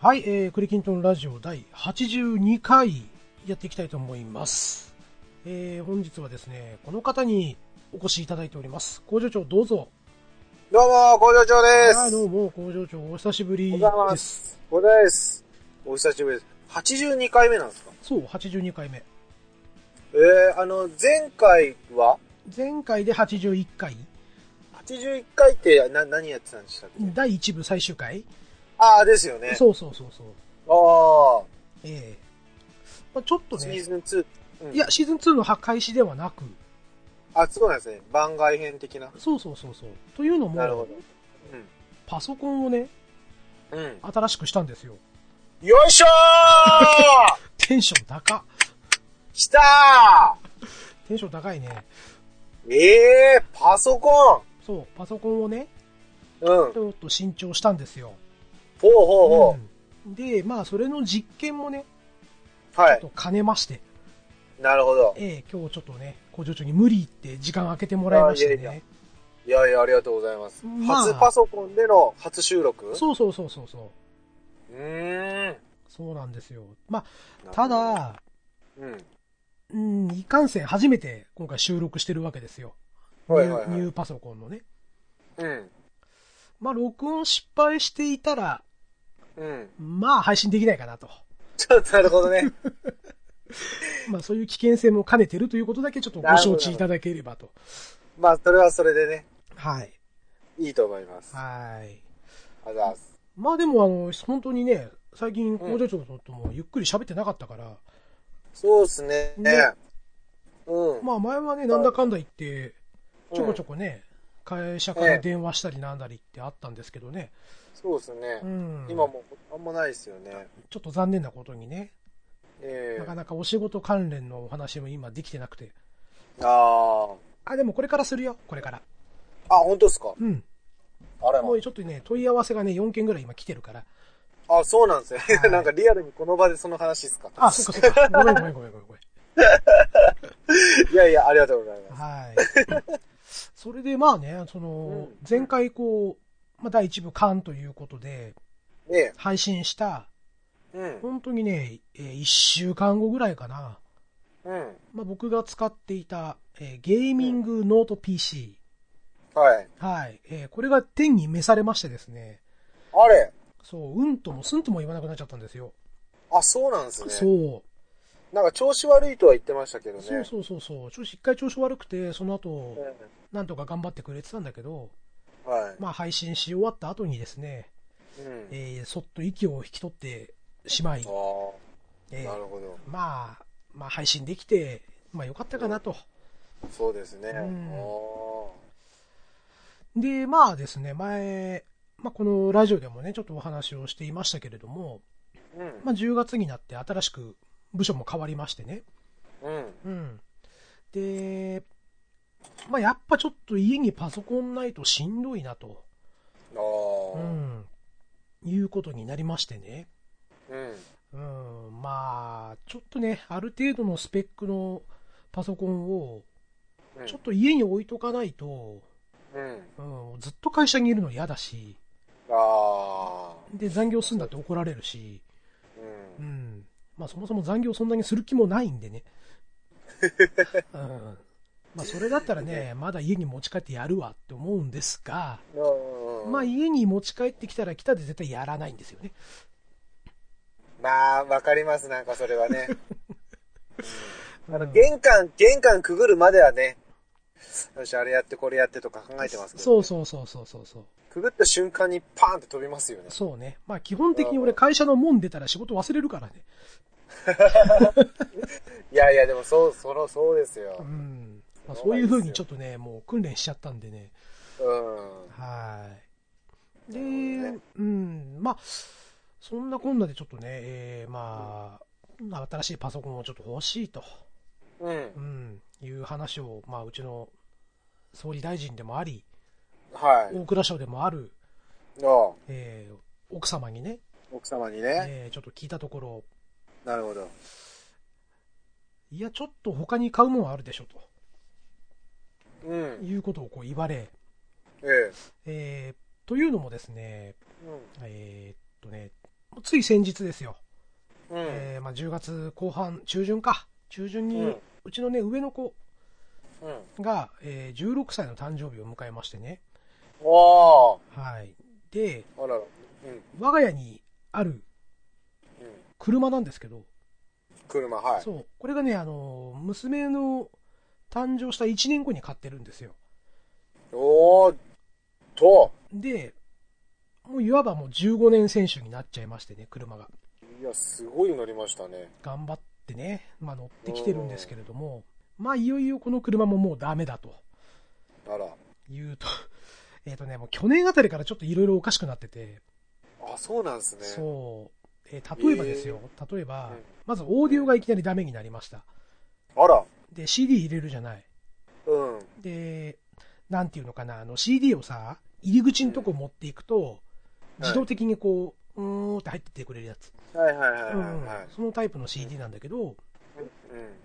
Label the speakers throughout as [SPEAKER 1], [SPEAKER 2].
[SPEAKER 1] はい、えー、クリキントンラジオ第82回やっていきたいと思います。えー、本日はですね、この方にお越しいただいております。工場長どうぞ。
[SPEAKER 2] どうも、工場長で
[SPEAKER 1] あーど
[SPEAKER 2] す。
[SPEAKER 1] うも、工場長お久しぶり
[SPEAKER 2] おはようござい
[SPEAKER 1] で。
[SPEAKER 2] ます小田です。お久しぶりです。82回目なんですか
[SPEAKER 1] そう、82回目。
[SPEAKER 2] えー、あの、前回は
[SPEAKER 1] 前回で81回、
[SPEAKER 2] ?81 回ってな何やってたんでしたっけ
[SPEAKER 1] 第1部最終回
[SPEAKER 2] ああ、ですよね。
[SPEAKER 1] そうそうそうそう。
[SPEAKER 2] あ
[SPEAKER 1] ええまあ、ちょっと
[SPEAKER 2] あ、シ
[SPEAKER 1] ね
[SPEAKER 2] ー、ズン2。うん
[SPEAKER 1] いや、、シーズン2の破開始ではなく、
[SPEAKER 2] あ、そうなんですね。番外編的な。
[SPEAKER 1] そうそうそうそう。というの
[SPEAKER 2] なるほ
[SPEAKER 1] も
[SPEAKER 2] ど、。
[SPEAKER 1] パソコンをね、
[SPEAKER 2] うん。うん。
[SPEAKER 1] 新しくしたんですよ。
[SPEAKER 2] よいしょー
[SPEAKER 1] テンション高。
[SPEAKER 2] 来た
[SPEAKER 1] テンション高いね。
[SPEAKER 2] ーえー、パソコン
[SPEAKER 1] そう、パソコンをね、
[SPEAKER 2] うん。
[SPEAKER 1] ちょっと新調したんですよ。
[SPEAKER 2] ほうほうほ
[SPEAKER 1] うんで、まあ、それの実験もね、
[SPEAKER 2] う。はい。
[SPEAKER 1] と兼ねまして、
[SPEAKER 2] なるほど。
[SPEAKER 1] ええ今日ちょっとね、工場長に無理言って時間空けてもらいまして
[SPEAKER 2] あいやい
[SPEAKER 1] ね。
[SPEAKER 2] いやいや、ありがとうございます。
[SPEAKER 1] まあ
[SPEAKER 2] 初パソコンでの初収録
[SPEAKER 1] そうそうそうそうそう。
[SPEAKER 2] うーん。
[SPEAKER 1] そうなんですよ。まあ、た、だ、
[SPEAKER 2] うん。
[SPEAKER 1] うん、いかんせん初めて今回収録してるわけですよ。
[SPEAKER 2] はいはいはい
[SPEAKER 1] ニューニューパソコンのね。
[SPEAKER 2] うん。
[SPEAKER 1] まあ、録音失敗していたら、
[SPEAKER 2] うん。
[SPEAKER 1] まあ、配信できないかなと。
[SPEAKER 2] ちょっとなるほどね。
[SPEAKER 1] まあ、そういう危険性も兼ねてるということだけちょっとご承知いただければと。
[SPEAKER 2] まあ、それはそれでね、
[SPEAKER 1] はい。
[SPEAKER 2] いいと思います。あ
[SPEAKER 1] はい。
[SPEAKER 2] りがとうございます。
[SPEAKER 1] まあでも、あの、本当にね、最近工場長ともゆっくり喋ってなかったから、
[SPEAKER 2] そうですね。
[SPEAKER 1] ね
[SPEAKER 2] うん。
[SPEAKER 1] まあ前はね、なんだかんだ言って、
[SPEAKER 2] うん
[SPEAKER 1] ちょこちょこね、会社から電話したりなんだりってあったんですけどね。
[SPEAKER 2] そうですね
[SPEAKER 1] う。ん。
[SPEAKER 2] 今もうあんまないですよね。
[SPEAKER 1] ちょっと残念なことにね、
[SPEAKER 2] え
[SPEAKER 1] なか
[SPEAKER 2] え
[SPEAKER 1] なかお仕事関連のお話も今できてなくて。
[SPEAKER 2] あ
[SPEAKER 1] あ、でもこれからするよ、これから。
[SPEAKER 2] あ。あ、本当ですか
[SPEAKER 1] うん。
[SPEAKER 2] あれ
[SPEAKER 1] もうちょっとね、問い合わせがね、4件ぐらい今来てるから。
[SPEAKER 2] あ、そうなんですね
[SPEAKER 1] はい。
[SPEAKER 2] なんかリアルにこの場でその話ですか。
[SPEAKER 1] あ、そっかそっか。ごめんごめんごめんごめんごめん。
[SPEAKER 2] いやいや、ありがとうございます。
[SPEAKER 1] はい。 それでまあね、その
[SPEAKER 2] うん、
[SPEAKER 1] 前回こう、まあ第1部完ということで、
[SPEAKER 2] ね
[SPEAKER 1] 配信した、
[SPEAKER 2] え。うん。
[SPEAKER 1] 本当にね、えー1週間後ぐらいかな。
[SPEAKER 2] うん。
[SPEAKER 1] まあ、僕が使っていた、えーゲーミングノート PC。
[SPEAKER 2] はい。
[SPEAKER 1] はい。えーこれが天に召されましてですね。
[SPEAKER 2] あれ
[SPEAKER 1] そう、うんともすんとも言わなくなっちゃったんですよ。
[SPEAKER 2] あ、そうなんですね。
[SPEAKER 1] そう。
[SPEAKER 2] なんか調子悪いとは言ってましたけどね。
[SPEAKER 1] そうそうそうそう。調子、一回調子悪くて、その
[SPEAKER 2] う
[SPEAKER 1] 後、なんとか頑張ってくれてたんだけど、
[SPEAKER 2] んはい。
[SPEAKER 1] まあ、配信し終わった後にですね、
[SPEAKER 2] うん。
[SPEAKER 1] えーそっと息を引き取ってしまい、
[SPEAKER 2] ああ、
[SPEAKER 1] えー
[SPEAKER 2] なるほど。
[SPEAKER 1] まあ、まあ、配信できて、まあ、よかったかなと。
[SPEAKER 2] そうですね。
[SPEAKER 1] うん
[SPEAKER 2] お
[SPEAKER 1] で、まあですね、前、まあ、このラジオでもね、ちょっとお話をしていましたけれども、
[SPEAKER 2] ーうん。
[SPEAKER 1] まあ、10月になって新しく部署も変わりましてね。
[SPEAKER 2] うん。
[SPEAKER 1] うん。で、まあ、やっぱちょっと家にパソコンないとしんどいなと、
[SPEAKER 2] あ
[SPEAKER 1] う
[SPEAKER 2] あ。
[SPEAKER 1] ん、いうことになりましてね。
[SPEAKER 2] うん。
[SPEAKER 1] うん、まあ、ちょっとね、ある程度のスペックのパソコンを、
[SPEAKER 2] うん
[SPEAKER 1] ちょっと家に置いとかないと、
[SPEAKER 2] うん。
[SPEAKER 1] うん、ずっと会社にいるの嫌だし、
[SPEAKER 2] ああ。
[SPEAKER 1] で、残業するんだって怒られるし、
[SPEAKER 2] う。
[SPEAKER 1] うんん。まあそもそも残業そんなにする気もないんで ね。うん。まあそれだったらね、まだ家に持ち帰ってやるわって思うんですが、
[SPEAKER 2] うん
[SPEAKER 1] まあ家に持ち帰ってきたら来たで絶対やらないんですよね。
[SPEAKER 2] まあ、わかります。なんかそれはね。
[SPEAKER 1] あの
[SPEAKER 2] 玄関、玄関くぐるまではね、よし、あれやってこれやってとか考えてますけど、
[SPEAKER 1] そうそうそうそうそうそう。
[SPEAKER 2] くぐった瞬間にパーンって飛びますよね。
[SPEAKER 1] そうね。まあ基本的に俺会社の門出たら仕事忘れるからね。
[SPEAKER 2] いやいや、でもそう、その、そうです
[SPEAKER 1] う
[SPEAKER 2] よ。
[SPEAKER 1] ん。まあそういう風にちょっとね、もう訓練しちゃったんでね。
[SPEAKER 2] うん。
[SPEAKER 1] はい。で、
[SPEAKER 2] なる
[SPEAKER 1] うん、まあ、そんなこんなでちょっとね、えーまあ、新しいパソコンをちょっと欲しいと、
[SPEAKER 2] うん
[SPEAKER 1] う。ん、いう話を、まあ、うちの総理大臣でもあり、
[SPEAKER 2] はい。
[SPEAKER 1] 大蔵省でもある、
[SPEAKER 2] の
[SPEAKER 1] えー奥様にね、
[SPEAKER 2] 奥様にね。
[SPEAKER 1] えーちょっと聞いたところ、
[SPEAKER 2] なるほど。
[SPEAKER 1] いや、ちょっと他に買うもんあるでしょ、
[SPEAKER 2] うん
[SPEAKER 1] と。いうことをこう言われ、
[SPEAKER 2] ええ。
[SPEAKER 1] えーというのもですね、
[SPEAKER 2] うん。
[SPEAKER 1] えーっとね、つい先日ですよ。
[SPEAKER 2] うん。
[SPEAKER 1] えーまあ、10月後半、中旬か。中旬に、
[SPEAKER 2] う
[SPEAKER 1] うんちのね、上の子
[SPEAKER 2] うん。
[SPEAKER 1] が、えー16歳の誕生日を迎えましてね。
[SPEAKER 2] おー。
[SPEAKER 1] はい。で、
[SPEAKER 2] あらら。うん。うん。
[SPEAKER 1] 我が家にある車なんですけど、
[SPEAKER 2] 車、はい。
[SPEAKER 1] そう、これがね、あの、娘の誕生した1年後に買ってるんですよ。
[SPEAKER 2] おー。と。
[SPEAKER 1] で、もういわばもう15年選手になっちゃいましてね、車が。
[SPEAKER 2] いや、すごい乗りましたね。
[SPEAKER 1] 頑張ってね、まあ乗ってきてるんですけれども、まあいよいよこの車ももうダメだと
[SPEAKER 2] あら。
[SPEAKER 1] いうと、 えっとね、もう去年あたりからちょっといろいろおかしくなってて、
[SPEAKER 2] あ、そうなんですね。
[SPEAKER 1] そう、えー例えばですよ、例えば
[SPEAKER 2] うん、
[SPEAKER 1] まずオーディオがいきなりダメになりました。
[SPEAKER 2] あら。
[SPEAKER 1] で、CD 入れるじゃない。
[SPEAKER 2] うん。
[SPEAKER 1] で、なんていうのかな、あの CD をさ、入り口のとこ持っていくと、
[SPEAKER 2] うん
[SPEAKER 1] 自動的にこう、うーんって入ってってくれるやつ。
[SPEAKER 2] はいはいはいうはい
[SPEAKER 1] ん
[SPEAKER 2] はい。
[SPEAKER 1] そのタイプの CD なんだけど、
[SPEAKER 2] う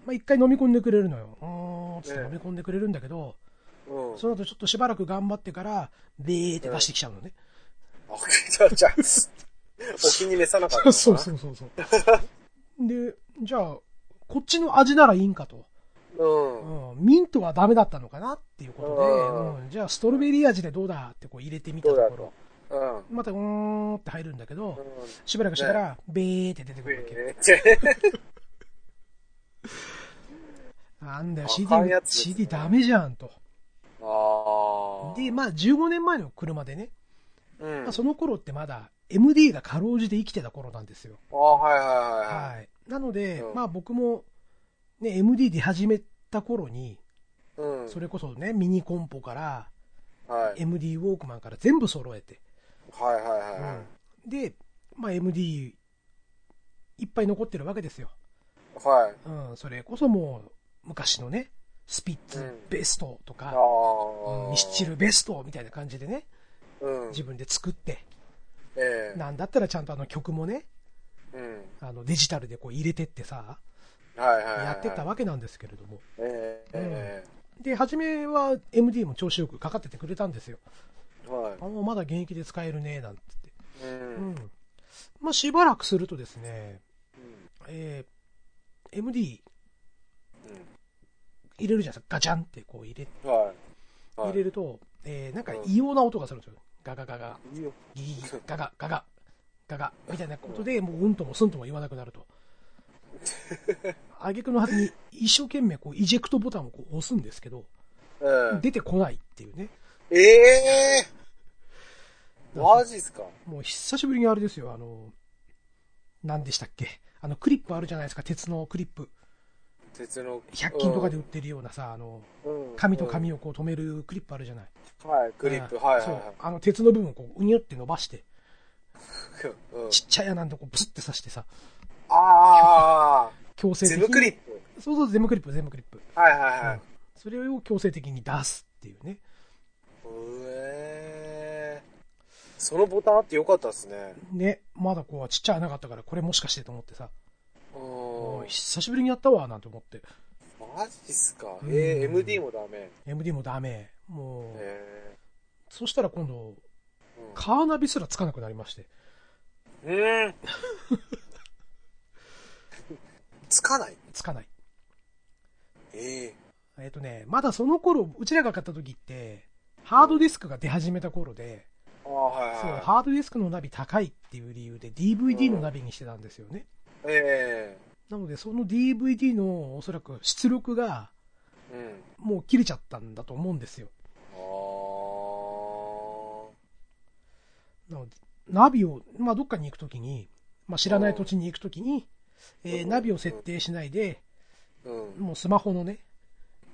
[SPEAKER 1] まあ一回飲み込んでくれるのよ。うーんっつって
[SPEAKER 2] うん
[SPEAKER 1] 飲み込んでくれるんだけど、
[SPEAKER 2] ん。うん。
[SPEAKER 1] その後ちょっとしばらく頑張ってから、べーって出してきちゃうのね。
[SPEAKER 2] あ、じゃあ、じゃあ、お気に召さなかったのか な。
[SPEAKER 1] そうそうそうそう。で、じゃあ、こっちの味ならいいんかと。
[SPEAKER 2] うん。
[SPEAKER 1] うん、ミントはダメだったのかなっていうことで、
[SPEAKER 2] うん
[SPEAKER 1] うん、じゃあストロベリー味でどうだってこう入れてみた
[SPEAKER 2] ど
[SPEAKER 1] と
[SPEAKER 2] うだ
[SPEAKER 1] ころ
[SPEAKER 2] と。。うん。うん。
[SPEAKER 1] またうーんって入るんだけど、しばらくしたら、べーって出てくるわけ。
[SPEAKER 2] えー
[SPEAKER 1] なんだよ、
[SPEAKER 2] あ
[SPEAKER 1] CD
[SPEAKER 2] 買うや、つですね
[SPEAKER 1] CD ダメじゃんと。
[SPEAKER 2] あー
[SPEAKER 1] で、まあ15年前の車でね、
[SPEAKER 2] うん。
[SPEAKER 1] まあ、その頃ってまだ MD がかろうじて生きてた頃なんですよ。
[SPEAKER 2] あーはいはいはいはい。
[SPEAKER 1] はい。なので、
[SPEAKER 2] うん
[SPEAKER 1] まあ僕も、ね、MD 出始めた頃に、
[SPEAKER 2] うん。
[SPEAKER 1] それこそね、ミニコンポから、
[SPEAKER 2] はい。
[SPEAKER 1] MD ウォークマンから全部揃えて、
[SPEAKER 2] はいはいはいは
[SPEAKER 1] うんで、まあ MD いっぱい残ってるわけですよ。
[SPEAKER 2] い。はい。
[SPEAKER 1] うん、それこそもう昔のね、スピッ
[SPEAKER 2] う
[SPEAKER 1] ツ
[SPEAKER 2] ん
[SPEAKER 1] ベストと
[SPEAKER 2] あ
[SPEAKER 1] か、
[SPEAKER 2] あ。
[SPEAKER 1] ミスチル。ベストみたいな感じでね、
[SPEAKER 2] うん。
[SPEAKER 1] 自分で作って、
[SPEAKER 2] ええ。
[SPEAKER 1] なんだったらちゃんとあの曲もね、
[SPEAKER 2] うん。
[SPEAKER 1] あのデジタルでこう入れてってさ、
[SPEAKER 2] はいはいはいはい。
[SPEAKER 1] やってったわけなんですけれども。
[SPEAKER 2] ええ。え
[SPEAKER 1] で、初めは MD も調子よくかかっててくれたんですよ。
[SPEAKER 2] え。は
[SPEAKER 1] あもうまだ現役で使えるね、なんて
[SPEAKER 2] い。う。
[SPEAKER 1] 言って。うんん。まあしばらくするとですね、えー MD 入れるじゃないですか、ガチャンってこう入れ、
[SPEAKER 2] うん。はい。はい
[SPEAKER 1] 入れると、えーなんか
[SPEAKER 2] うん
[SPEAKER 1] 異様な音がするんですよ。ガガガガ。
[SPEAKER 2] いいよ。
[SPEAKER 1] ギギギガガガガガガみたいなことでもううんともすんとも言わなくな ると挙句の果てに一生懸命こうイジェクトボタンをこう押すんですけど
[SPEAKER 2] うん
[SPEAKER 1] 出てこないっていうね
[SPEAKER 2] ええ。マジっすか
[SPEAKER 1] もう久しぶりにあれですよあの何でしたっけあのクリップあるじゃないですか鉄のクリップ
[SPEAKER 2] 鉄の。
[SPEAKER 1] 100均とかで売ってるようなさあの
[SPEAKER 2] うん
[SPEAKER 1] 紙と紙をこう止めるクリップあるじゃない
[SPEAKER 2] うんはい。クリップ。はいはい
[SPEAKER 1] そう
[SPEAKER 2] は
[SPEAKER 1] あの鉄の部分をこううにゅって伸ばして
[SPEAKER 2] い。うん。
[SPEAKER 1] ちっちゃい穴のとこブスって刺してさ
[SPEAKER 2] ああ。
[SPEAKER 1] 強制的
[SPEAKER 2] ゼ
[SPEAKER 1] に
[SPEAKER 2] ムクリップ。
[SPEAKER 1] そうそうゼムクリップゼムクリップ
[SPEAKER 2] はいはいはい。
[SPEAKER 1] それを強制的に出すっていうね。
[SPEAKER 2] うえーそのボタンあってよかったですね。
[SPEAKER 1] ね、まだこう、ちっちゃい穴があったから、これもしかしてと思ってさ、
[SPEAKER 2] う
[SPEAKER 1] お
[SPEAKER 2] ん
[SPEAKER 1] い。久しぶりにやったわ、なんて思って。
[SPEAKER 2] マジっすか。
[SPEAKER 1] うん
[SPEAKER 2] えー、MD もダメ。
[SPEAKER 1] MD もダメ。もう、
[SPEAKER 2] え
[SPEAKER 1] そしたら今度、
[SPEAKER 2] ーうん
[SPEAKER 1] カーナビすらつかなくなりまして。
[SPEAKER 2] うーん。 つかない。
[SPEAKER 1] つかない。
[SPEAKER 2] え
[SPEAKER 1] えっ、とね、まだその頃、うちらが買った時って、ハードディスクが出始めた頃で、
[SPEAKER 2] ー。ああ、はい
[SPEAKER 1] そう
[SPEAKER 2] は
[SPEAKER 1] ハードディスクのナビ高いっていう理由で DVD のナビにしてたんですよね。
[SPEAKER 2] い。え
[SPEAKER 1] なので、その DVD のおそらく出力が、
[SPEAKER 2] えー。うん。
[SPEAKER 1] もう切れちゃったんだと思うんですよ。
[SPEAKER 2] あ
[SPEAKER 1] なのでナビを、まあ、どっかに行くときに、まあ、知らない土地に行くときに、えー
[SPEAKER 2] うん
[SPEAKER 1] ナビを設定しないで、
[SPEAKER 2] あ。うん。
[SPEAKER 1] もうスマホのね、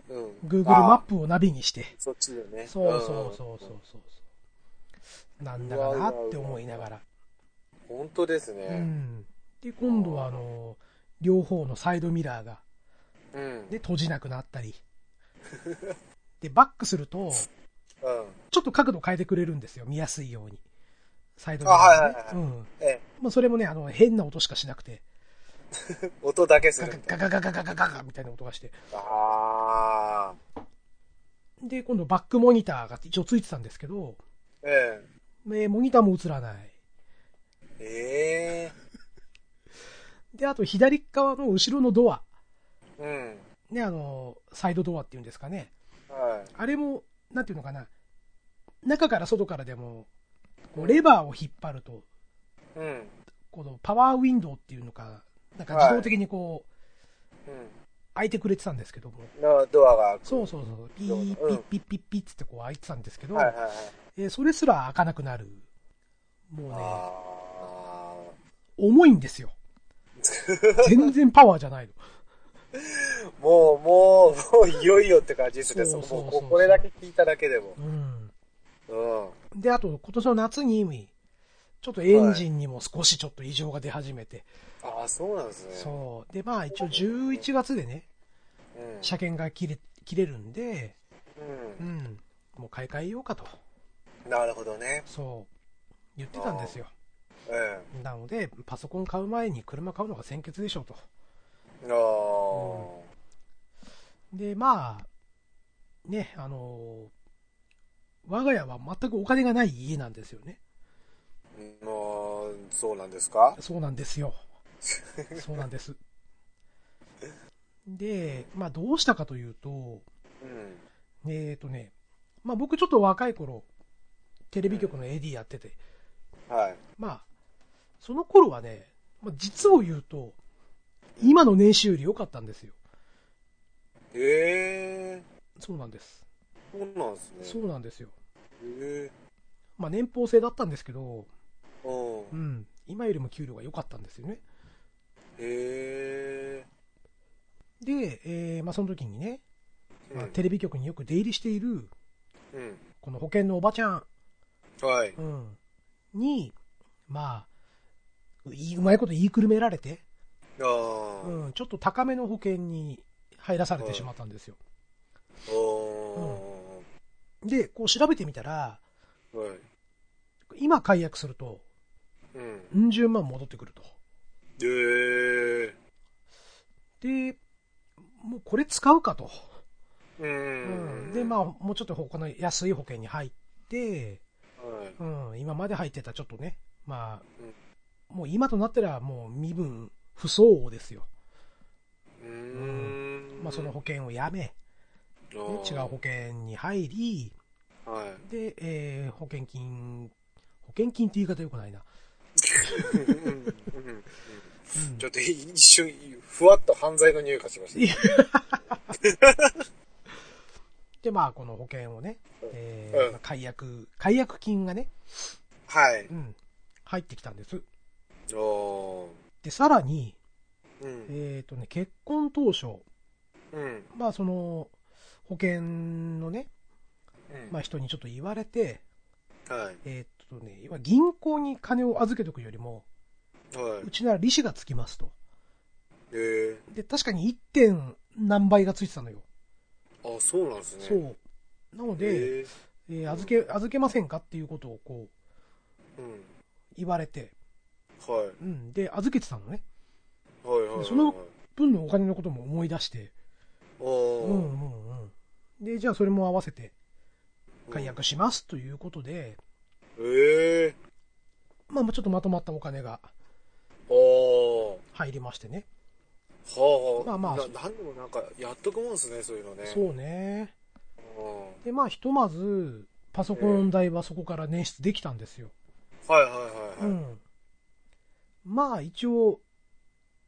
[SPEAKER 2] うん。
[SPEAKER 1] Google
[SPEAKER 2] あー
[SPEAKER 1] マッ。プをナビにして、
[SPEAKER 2] そっちでね。
[SPEAKER 1] そうそうそうそうそうそう。なんだかなって思いながら。
[SPEAKER 2] うん。本当です
[SPEAKER 1] う
[SPEAKER 2] ね。
[SPEAKER 1] ん。で、今度は、あの、両方のサイドミラーが、
[SPEAKER 2] うん。うん。
[SPEAKER 1] で、閉じなくなったり。 で、バックすると、ちょっと角度変えてくれるんですよ。見やすいように。サイドミラー、ね。
[SPEAKER 2] あはいはいはい
[SPEAKER 1] うん。
[SPEAKER 2] え
[SPEAKER 1] まあ、それもね、あの、変な音しかしなくて。
[SPEAKER 2] ー、音だけす
[SPEAKER 1] ガ
[SPEAKER 2] る
[SPEAKER 1] ガ
[SPEAKER 2] んだ。
[SPEAKER 1] ガガガガガガガガみたいな音がして。
[SPEAKER 2] ああ。
[SPEAKER 1] で、今度バックモニターが一応ついてたんですけど、
[SPEAKER 2] ええ
[SPEAKER 1] えーモニターも映らない。
[SPEAKER 2] ええ
[SPEAKER 1] で、あと左側の後ろのドア、
[SPEAKER 2] うん。
[SPEAKER 1] ね、あの、サイドドアっていうんですかね。
[SPEAKER 2] は
[SPEAKER 1] あれも、なんていうのかな。中から外からでも、こうレバーを引っ張ると、
[SPEAKER 2] い。うん。
[SPEAKER 1] このパワーウィンドウっていうのか、なんか自動的にこう、開いてくれてたんですけども。
[SPEAKER 2] うん。のドアが開く。
[SPEAKER 1] そうそうそう。ピーピ
[SPEAKER 2] うん
[SPEAKER 1] ッピッピッピッつってこう開いてたんですけど、
[SPEAKER 2] はいはいはい。
[SPEAKER 1] えーそれすら開かなくなる。もうね、
[SPEAKER 2] あ
[SPEAKER 1] 重いん ですよ。全然パワーじゃないの。
[SPEAKER 2] ーもう、もう、もういよいよって感じですね。
[SPEAKER 1] そ
[SPEAKER 2] そうこ
[SPEAKER 1] そうそうそう
[SPEAKER 2] もうここれだけ聞いただけでも。
[SPEAKER 1] うん。
[SPEAKER 2] うん。
[SPEAKER 1] で、あと今年の夏に、ちょっとエンジンにも少しちょっと異常が出始めて、
[SPEAKER 2] ああ、そうなんですね。
[SPEAKER 1] そう。で、まあ一応11月でね、
[SPEAKER 2] うん。
[SPEAKER 1] 車検が切れ、切れるんで、う、
[SPEAKER 2] うん
[SPEAKER 1] もう買い替えようかと、
[SPEAKER 2] ん。なるほどね。
[SPEAKER 1] そう、言ってたんですよ。
[SPEAKER 2] うん。あ
[SPEAKER 1] なので、パソコン買う前に車買うのが先決でしょうと。
[SPEAKER 2] あー。
[SPEAKER 1] で、まあ、ね、あのー我が家は全くお金がない家なんですよね。
[SPEAKER 2] もう、そうなんですか
[SPEAKER 1] そうなんですよ。そうなんです。で、まあどうしたかというと、
[SPEAKER 2] うん。
[SPEAKER 1] えっ、とね、まあ僕ちょっと若い頃、テレビ局の AD やってて、
[SPEAKER 2] はい。
[SPEAKER 1] まあ、その頃はね、まあ、実を言うと、今の年収より良かったんですよ。
[SPEAKER 2] ええ
[SPEAKER 1] そうなんです。
[SPEAKER 2] ー。そうなんですね。
[SPEAKER 1] そうなんですよ。
[SPEAKER 2] え
[SPEAKER 1] まあ年俸制だったんですけど、
[SPEAKER 2] えうん
[SPEAKER 1] う。ん、今よりも給料が良かったんですよね。
[SPEAKER 2] へえ
[SPEAKER 1] で、えーまあその時にね、
[SPEAKER 2] ー。
[SPEAKER 1] まあ
[SPEAKER 2] うん
[SPEAKER 1] テレビ局によく出入りしている、
[SPEAKER 2] うん。
[SPEAKER 1] この保険のおばちゃん、
[SPEAKER 2] はい。
[SPEAKER 1] うん、に、まあ、いうまいこと言いくるめられて、
[SPEAKER 2] ああ。
[SPEAKER 1] うん、ちょっと高めの保険に入らされてしまったんですよ。
[SPEAKER 2] お
[SPEAKER 1] で、こう調べてみたら、
[SPEAKER 2] ー。はい。
[SPEAKER 1] 今解約すると、
[SPEAKER 2] うん。
[SPEAKER 1] うん十万戻ってくると。
[SPEAKER 2] えー。
[SPEAKER 1] で、もうこれ使うかと。
[SPEAKER 2] う
[SPEAKER 1] うん
[SPEAKER 2] ん。
[SPEAKER 1] で、まあ、もうちょっと他の安い保険に入って、
[SPEAKER 2] あ。はい。
[SPEAKER 1] うん、今まで入ってたちょっとね、ま
[SPEAKER 2] うん
[SPEAKER 1] あ、もう今となったらもう身分不相応ですよ。
[SPEAKER 2] うーん。
[SPEAKER 1] まあその保険をやめ、ね
[SPEAKER 2] 違う
[SPEAKER 1] 違う保険に入り、
[SPEAKER 2] はい。
[SPEAKER 1] で、えー保険金、保険金って言い方良くないな。
[SPEAKER 2] うん
[SPEAKER 1] うん
[SPEAKER 2] ちょっと一瞬、ふわっと犯罪の匂いがしまし
[SPEAKER 1] で、まあ、この保険をね、え
[SPEAKER 2] うん
[SPEAKER 1] ー、解約、解約金がね、
[SPEAKER 2] た。はい。
[SPEAKER 1] うん、入ってきたんです。
[SPEAKER 2] お
[SPEAKER 1] で、さらに、
[SPEAKER 2] ー。うん。
[SPEAKER 1] えっ、とね、結婚当初、
[SPEAKER 2] うん。
[SPEAKER 1] まあ、その、保険のね、まあ、人にちょっと言われて、
[SPEAKER 2] はい。
[SPEAKER 1] えっ、とね、今銀行に金を預けとくよりも、
[SPEAKER 2] は
[SPEAKER 1] う
[SPEAKER 2] い。
[SPEAKER 1] ちなら利子がつきますと。
[SPEAKER 2] えー。
[SPEAKER 1] で、確かに 1. 点何倍がついてたのよ。
[SPEAKER 2] あ、そうなんですね。
[SPEAKER 1] そ。う。なので、、
[SPEAKER 2] えー、
[SPEAKER 1] えー預け、預けませんかっていうことをこう、
[SPEAKER 2] うん。
[SPEAKER 1] 言われて、
[SPEAKER 2] はい。
[SPEAKER 1] うん。で、預けてたのね。
[SPEAKER 2] はいはいはいはい。
[SPEAKER 1] その分のお金のことも思い出して、うんうん
[SPEAKER 2] おー、
[SPEAKER 1] うん。で、じゃあそれも合わせて解約しますということで、
[SPEAKER 2] ええ
[SPEAKER 1] まあまあちょっとまとまったお金が
[SPEAKER 2] ー。おー。
[SPEAKER 1] 入りましてね。
[SPEAKER 2] はあ、はあ、
[SPEAKER 1] まあまあ
[SPEAKER 2] ななんでもなんか、やっとくもんですね、そういうのね。
[SPEAKER 1] そうね。
[SPEAKER 2] うん
[SPEAKER 1] で、まあひとまず、パソコン代はそこから捻出できたんですよ。
[SPEAKER 2] はいはいはい
[SPEAKER 1] う
[SPEAKER 2] はい。
[SPEAKER 1] ん。まあ一応、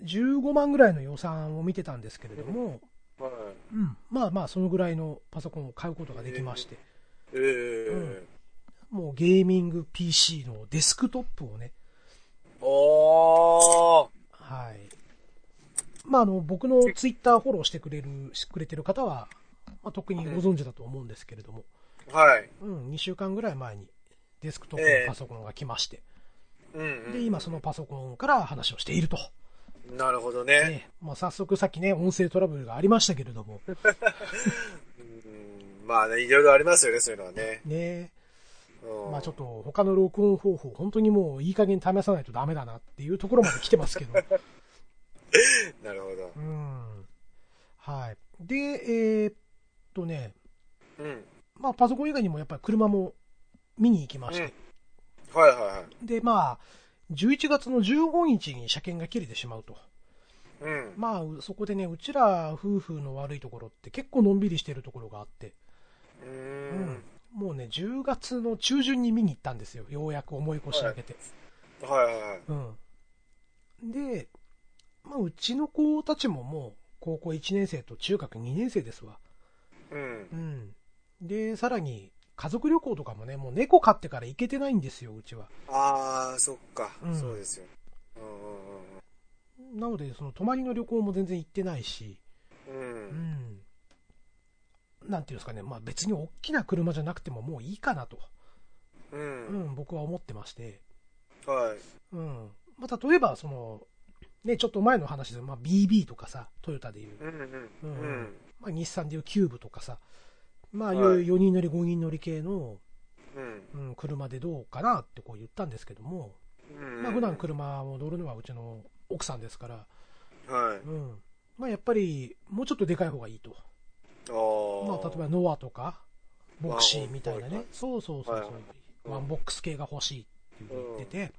[SPEAKER 1] 15万ぐらいの予算を見てたんですけれども、
[SPEAKER 2] はい、
[SPEAKER 1] うん、まあまあそのぐらいのパソコンを買うことができまして、
[SPEAKER 2] ええー。
[SPEAKER 1] もうゲーミング PC のデスクトップをね、
[SPEAKER 2] おー。
[SPEAKER 1] はい。まあ、あの、僕のツイッターフォローしてくれる、してくれてる方は、まあ、特にご存知だと思うんですけれども、
[SPEAKER 2] はい。
[SPEAKER 1] うん、2週間ぐらい前にデスクトップのパソコンが来まして、
[SPEAKER 2] うん、うん。
[SPEAKER 1] で、今そのパソコンから話をしていると。
[SPEAKER 2] なるほどね。
[SPEAKER 1] ね、まあ、早速さっきね、音声トラブルがありましたけれども、
[SPEAKER 2] うん、まあね、いろいろありますよね、そういうのはね。
[SPEAKER 1] ね、
[SPEAKER 2] うん、
[SPEAKER 1] まあちょ
[SPEAKER 2] っ
[SPEAKER 1] っと他の録音方法、本当にもういい加減試さないとダメだなっていうところまで来てますけ ど、
[SPEAKER 2] と。なるほど
[SPEAKER 1] う。ん。はい。で、えーっとね、
[SPEAKER 2] うん。
[SPEAKER 1] まあ、パソコン以外にもやっぱり車も見に行きまして、
[SPEAKER 2] はいはいはい。
[SPEAKER 1] で、まあ、11月の15日に車検が切れてしまうと。
[SPEAKER 2] うん。
[SPEAKER 1] まあ、うそこでね、うちら夫婦の悪いところって結構のんびりしてるところがあって、
[SPEAKER 2] う。
[SPEAKER 1] うんもうね、10月の中旬に見に行ったんですよ。ようやく思い越し上げて。
[SPEAKER 2] はいはいはい。
[SPEAKER 1] うん。で、まあ、うちの子たちももう、高校1年生と中学2年生ですわ。
[SPEAKER 2] うん
[SPEAKER 1] う。ん。で、さらに、家族旅行とかもね、もう猫飼ってから行けてないんですよ、うちは。
[SPEAKER 2] ああ、そっか
[SPEAKER 1] う。ん
[SPEAKER 2] そうですよ。う
[SPEAKER 1] なので、その、泊まりの旅行も全然行ってないし、
[SPEAKER 2] んうんうん
[SPEAKER 1] う
[SPEAKER 2] うん。
[SPEAKER 1] ん。なんていうんですかね、まあ別に大きな車じゃなくてももういいかなと、
[SPEAKER 2] う。
[SPEAKER 1] うんん、僕は思ってまして、
[SPEAKER 2] うん。はい。
[SPEAKER 1] うん。まあ例えば、その、ね、ちょっと前の話で、まあ BB とかさ、トヨタでいう、
[SPEAKER 2] うんうん。
[SPEAKER 1] う
[SPEAKER 2] うんん。
[SPEAKER 1] まあ、日産でいうキューブとかさ、まあ、
[SPEAKER 2] はい
[SPEAKER 1] 4人乗り、5人乗り系の、
[SPEAKER 2] うん。
[SPEAKER 1] うん、車でどうかなってこう言ったんですけども、
[SPEAKER 2] うん。
[SPEAKER 1] まあ、普段車を乗るのはうちの奥さんですから、
[SPEAKER 2] はい。
[SPEAKER 1] うんまあ、やっぱりもうちょっとでかい方がいいと、
[SPEAKER 2] ああ。
[SPEAKER 1] まあ、例えばノアとかボクシーみたいな
[SPEAKER 2] ワン
[SPEAKER 1] ね
[SPEAKER 2] ボック、
[SPEAKER 1] そうそうそうそ
[SPEAKER 2] は
[SPEAKER 1] う、ワンボックス系が欲しいっていうふうに言ってて、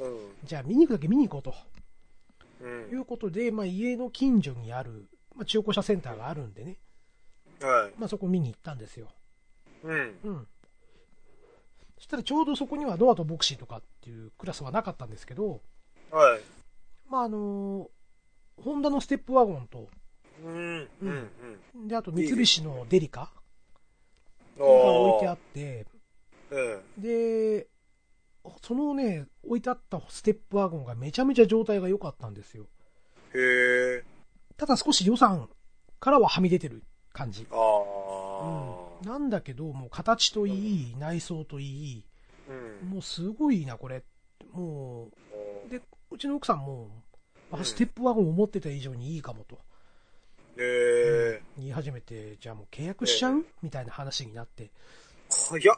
[SPEAKER 2] うん。
[SPEAKER 1] じゃあ見に行くだけ見に行こう
[SPEAKER 2] う
[SPEAKER 1] とい
[SPEAKER 2] ん。
[SPEAKER 1] うことで、まあ、家の近所にある、まあ、中古車センターがあるんでね、
[SPEAKER 2] はい。
[SPEAKER 1] まあ、そこ見に行ったんですよ。
[SPEAKER 2] うん。
[SPEAKER 1] うん。そしたらちょうどそこにはノアとボクシーとかっていうクラスはなかったんですけど、
[SPEAKER 2] はい。
[SPEAKER 1] まああのーホンダのステップワゴンと、
[SPEAKER 2] うん。うん。うん。
[SPEAKER 1] で、あと三菱のデリカ
[SPEAKER 2] あ
[SPEAKER 1] が置いてあ
[SPEAKER 2] あ
[SPEAKER 1] って、
[SPEAKER 2] え
[SPEAKER 1] で、そのね、置いてあったステップワゴンがめちゃめちゃ状態が良かったんですよ。
[SPEAKER 2] え。へえ。
[SPEAKER 1] ただ少し予算からははみ出てる感じ。
[SPEAKER 2] ああ。
[SPEAKER 1] なんだけど、もう形といい、内装といい、
[SPEAKER 2] うん。
[SPEAKER 1] もうすごいな、これ。もう、で、うちの奥さんも、あ
[SPEAKER 2] うん
[SPEAKER 1] ステップワゴンを持ってた以上にいいかもと
[SPEAKER 2] へえ。
[SPEAKER 1] 言い始めて、じゃあもう契約しちゃう、みたいな話になって、
[SPEAKER 2] 早っ。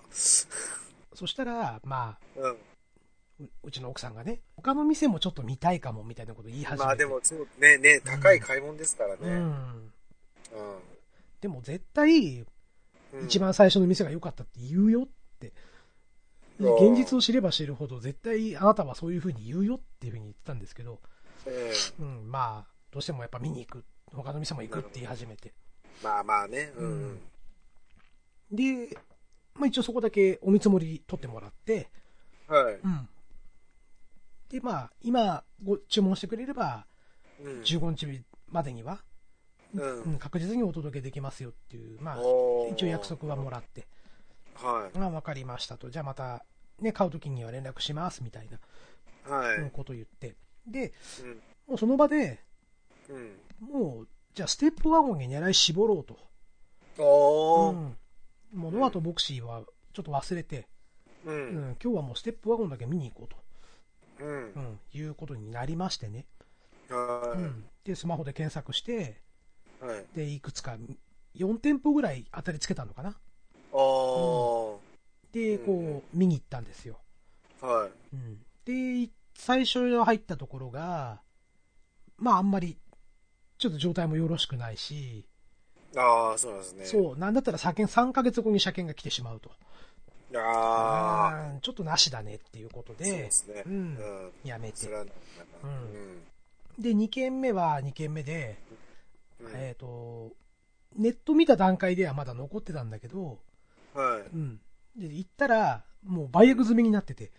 [SPEAKER 1] そしたら、まあ、
[SPEAKER 2] うん。
[SPEAKER 1] ううちの奥さんがね、他の店もちょっと見たいかもみたいなこと言い始めて。
[SPEAKER 2] まあでも、そう、ね、ね、高い買い物ですから
[SPEAKER 1] う
[SPEAKER 2] ね。
[SPEAKER 1] ん。
[SPEAKER 2] うん。
[SPEAKER 1] でも絶対、
[SPEAKER 2] うん
[SPEAKER 1] 一。番最初の店が良かったって言うよって。
[SPEAKER 2] あー
[SPEAKER 1] 現実を知れば知るほど、絶対あなたはそういうふうに言うよっていうふうに言ってたんですけど、
[SPEAKER 2] ええ
[SPEAKER 1] うん、まあ、どうしてもやっぱ見に行く、他の店も行くって言い始めて。
[SPEAKER 2] まあまあね。う
[SPEAKER 1] うん
[SPEAKER 2] ん。
[SPEAKER 1] で、まあ、一応そこだけお見積もり取ってもらって、
[SPEAKER 2] はい。
[SPEAKER 1] で、まあ、今ご注文してくれれば、
[SPEAKER 2] うん。
[SPEAKER 1] 15日までには、
[SPEAKER 2] う。
[SPEAKER 1] うんん、確実にお届けできますよっていう、まあ、
[SPEAKER 2] おー
[SPEAKER 1] 一応約束はもらって、
[SPEAKER 2] は。
[SPEAKER 1] まあ、わかりましたと。じゃあまた、ね、買う時には連絡しますみたいない
[SPEAKER 2] はい。
[SPEAKER 1] うんことを言って。で、
[SPEAKER 2] うん。
[SPEAKER 1] もうその場で、
[SPEAKER 2] うん。
[SPEAKER 1] もう、じゃあステップワゴンに狙い絞ろうと。
[SPEAKER 2] お
[SPEAKER 1] う
[SPEAKER 2] ー。
[SPEAKER 1] ん。もうノアとボクシーはちょっと忘れて、
[SPEAKER 2] う。
[SPEAKER 1] うんん、今日はもうステップワゴンだけ見に行こうと。
[SPEAKER 2] うん
[SPEAKER 1] う。ん、いうことになりましてね、う
[SPEAKER 2] は
[SPEAKER 1] ん、でスマホで検索して
[SPEAKER 2] い。はい。
[SPEAKER 1] でいくつか4店舗ぐらい当たりつけたのかな
[SPEAKER 2] お
[SPEAKER 1] で
[SPEAKER 2] うん
[SPEAKER 1] こう見に行ったんですよ、
[SPEAKER 2] ー。はい。
[SPEAKER 1] うん、で最初入ったところがまああんまりちょっと状態もよろしくないし、
[SPEAKER 2] ああ、そうなんですね。う。
[SPEAKER 1] そうなんだったら車検3ヶ月後に車検が来てしまうと
[SPEAKER 2] ああ。
[SPEAKER 1] うんちょっとなしだねっていうこと
[SPEAKER 2] そう
[SPEAKER 1] で
[SPEAKER 2] ですね。
[SPEAKER 1] う
[SPEAKER 2] うんん。
[SPEAKER 1] やめ
[SPEAKER 2] そ
[SPEAKER 1] て
[SPEAKER 2] れは、う
[SPEAKER 1] うん
[SPEAKER 2] ん。
[SPEAKER 1] で2軒目は2軒目で、
[SPEAKER 2] うん
[SPEAKER 1] えっ、とネット見た段階ではまだ残ってたんだけど、
[SPEAKER 2] はい。
[SPEAKER 1] うん。で、行ったら、もう売約済みになってて、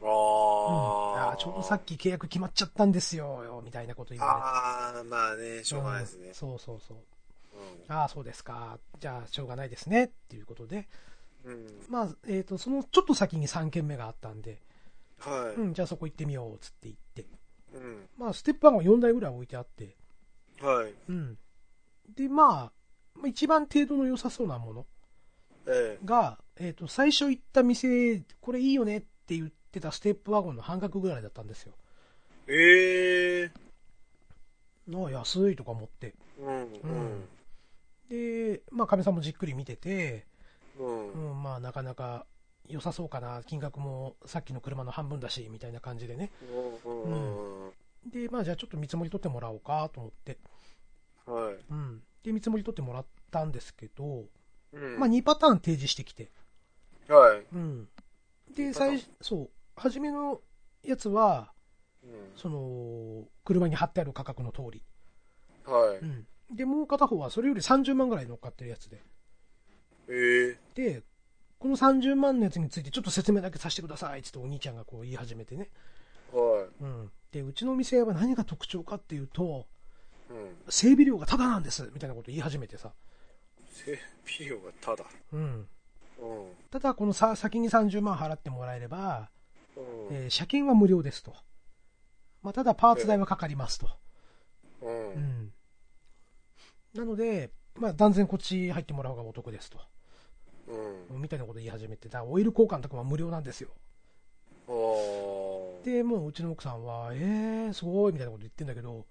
[SPEAKER 2] あ
[SPEAKER 1] うん、
[SPEAKER 2] あ。
[SPEAKER 1] あーちょうどさっき契約決まっちゃったんですよ、みたいなこと言われて。
[SPEAKER 2] ああ、まあね、しょうがないですね
[SPEAKER 1] ん。そうそうそう。
[SPEAKER 2] うん
[SPEAKER 1] ああ、そうですか。じゃあ、しょうがないですね。っていうことで。
[SPEAKER 2] うん。
[SPEAKER 1] まあ、えっ、と、そのちょっと先に3軒目があったんで、
[SPEAKER 2] はい。
[SPEAKER 1] うん、じゃあそこ行ってみよう、つって行って。
[SPEAKER 2] うん。
[SPEAKER 1] まあ、ステップワゴン4台ぐらい置いてあって、
[SPEAKER 2] はい。
[SPEAKER 1] うん。で、まあ、まあ一番程度の良さそうなもの
[SPEAKER 2] ええ。
[SPEAKER 1] が、えっ、と、最初行った店、これいいよねって言ってたステップワゴンの半額ぐらいだったんですよ。
[SPEAKER 2] ええ。
[SPEAKER 1] の安いとか思って
[SPEAKER 2] うん。うん。
[SPEAKER 1] でまあかみさんもじっくり見てて、
[SPEAKER 2] うん。
[SPEAKER 1] う
[SPEAKER 2] うん
[SPEAKER 1] ん、まあなかなか良さそうかな金額もさっきの車の半分だしみたいな感じでね
[SPEAKER 2] うん。
[SPEAKER 1] でまあじゃあちょっと見積もり取ってもらおうかと思って、
[SPEAKER 2] はい。
[SPEAKER 1] うん、で見積もり取ってもらったんですけど、
[SPEAKER 2] うん
[SPEAKER 1] まあ2パターン提示してきて、
[SPEAKER 2] はい。
[SPEAKER 1] うん、で
[SPEAKER 2] 二パターン
[SPEAKER 1] 最そう初めのやつはその、車に貼ってある価格の通り。
[SPEAKER 2] うん。はい。
[SPEAKER 1] うん。で、もう片方はそれより30万ぐらい乗っかってるやつで。
[SPEAKER 2] ええ
[SPEAKER 1] で、この30万のやつについてちょっと説明だけさせてくださいっつってお兄ちゃんがこう言い始めてね。
[SPEAKER 2] は
[SPEAKER 1] うん。で、うちの店は何が特徴かっていうと、
[SPEAKER 2] い。うん。
[SPEAKER 1] 整備料がタダなんですみたいなこと言い始めてさ。
[SPEAKER 2] 整備料がただ。
[SPEAKER 1] うん。
[SPEAKER 2] うん。
[SPEAKER 1] ただ、このさ、先に30万払ってもらえれば、
[SPEAKER 2] うん。
[SPEAKER 1] えー車検は無料ですと。まあ、ただ、パーツ代はかかりますと。
[SPEAKER 2] うん。
[SPEAKER 1] う
[SPEAKER 2] うん。
[SPEAKER 1] ん。なので、まあ、断然こっち入ってもらう方がお得ですと。みたいなこと言い始めて、だからオイル交換とかは無料なんですよ。
[SPEAKER 2] あー
[SPEAKER 1] で、もううちの奥さんは、えー、すごいみたいなこと言ってんだけど、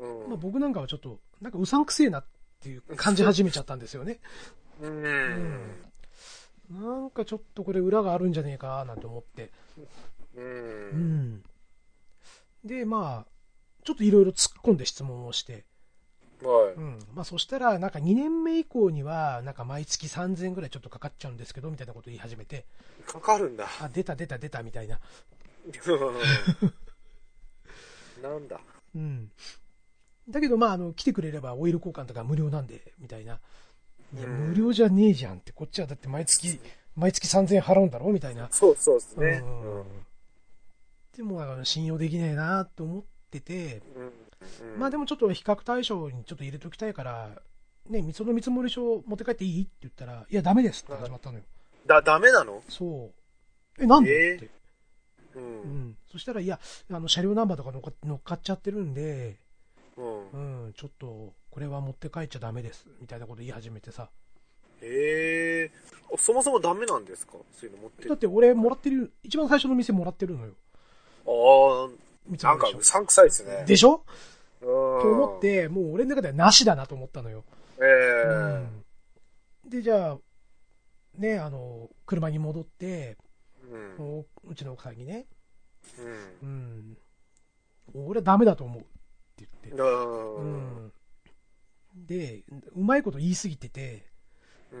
[SPEAKER 2] うん
[SPEAKER 1] まあ、僕なんかはちょっと、なんかうさんくせえなっていう感じ始めちゃったんですよね。
[SPEAKER 2] うん。
[SPEAKER 1] なんかちょっとこれ裏があるんじゃねえかなんて思って。
[SPEAKER 2] う。
[SPEAKER 1] うんん。で、まあ、ちょっといろいろ突っ込んで質問をして、
[SPEAKER 2] は
[SPEAKER 1] う
[SPEAKER 2] い。
[SPEAKER 1] ん。まあそしたら、なんか2年目以降には、なんか毎月3000円ぐらいちょっとかかっちゃうんですけど、みたいなこと言い始めて、
[SPEAKER 2] かかる んだ。
[SPEAKER 1] あ、出た出た出たみたいな。
[SPEAKER 2] なんだ。
[SPEAKER 1] うん。だけど、まあ、あの、来てくれればオイル交換とか無料なんで、みたいな。いや、
[SPEAKER 2] うん
[SPEAKER 1] 無料じゃねえじゃんって、こっちはだって毎月、毎月3000円払うんだろみたいな。
[SPEAKER 2] そうそうですね。
[SPEAKER 1] うん
[SPEAKER 2] うん。
[SPEAKER 1] でも、あの信用できねえなと思ってて、
[SPEAKER 2] うん
[SPEAKER 1] まあでもちょっと比較対象にちょっと入れときたいから、ね、みその見積もり書持って帰っていいって言ったら、いや、ダメですって始まったのよ。
[SPEAKER 2] だ、ダメなの
[SPEAKER 1] そう。え、なんで、
[SPEAKER 2] えー
[SPEAKER 1] って。
[SPEAKER 2] う。
[SPEAKER 1] うんん。そしたら、いや、あの、車両ナンバーとか乗っか乗っかっちゃってるんで、
[SPEAKER 2] うん
[SPEAKER 1] う。ん、ちょっと、これは持って帰っちゃダメです、みたいなこと言い始めてさ。
[SPEAKER 2] ええそもそもダメなんですかそういうの持って
[SPEAKER 1] だ
[SPEAKER 2] る
[SPEAKER 1] っ。て俺、もらってる、一番最初の店もらってるのよ。
[SPEAKER 2] あ
[SPEAKER 1] 三つ
[SPEAKER 2] あ、なんか
[SPEAKER 1] でしょ
[SPEAKER 2] うさんくさいですね。
[SPEAKER 1] でしょ
[SPEAKER 2] うん。
[SPEAKER 1] と思って、もう俺の中ではなしだなと思ったのよ。
[SPEAKER 2] ええ
[SPEAKER 1] うんで、じゃあ、ね、あの、車に戻って、
[SPEAKER 2] うん。うん。
[SPEAKER 1] おうちの奥さんにね、うん、俺はダメだと思うって言って、う
[SPEAKER 2] うん。
[SPEAKER 1] ん、で、うまいこと言いすぎてて、
[SPEAKER 2] う。
[SPEAKER 1] うん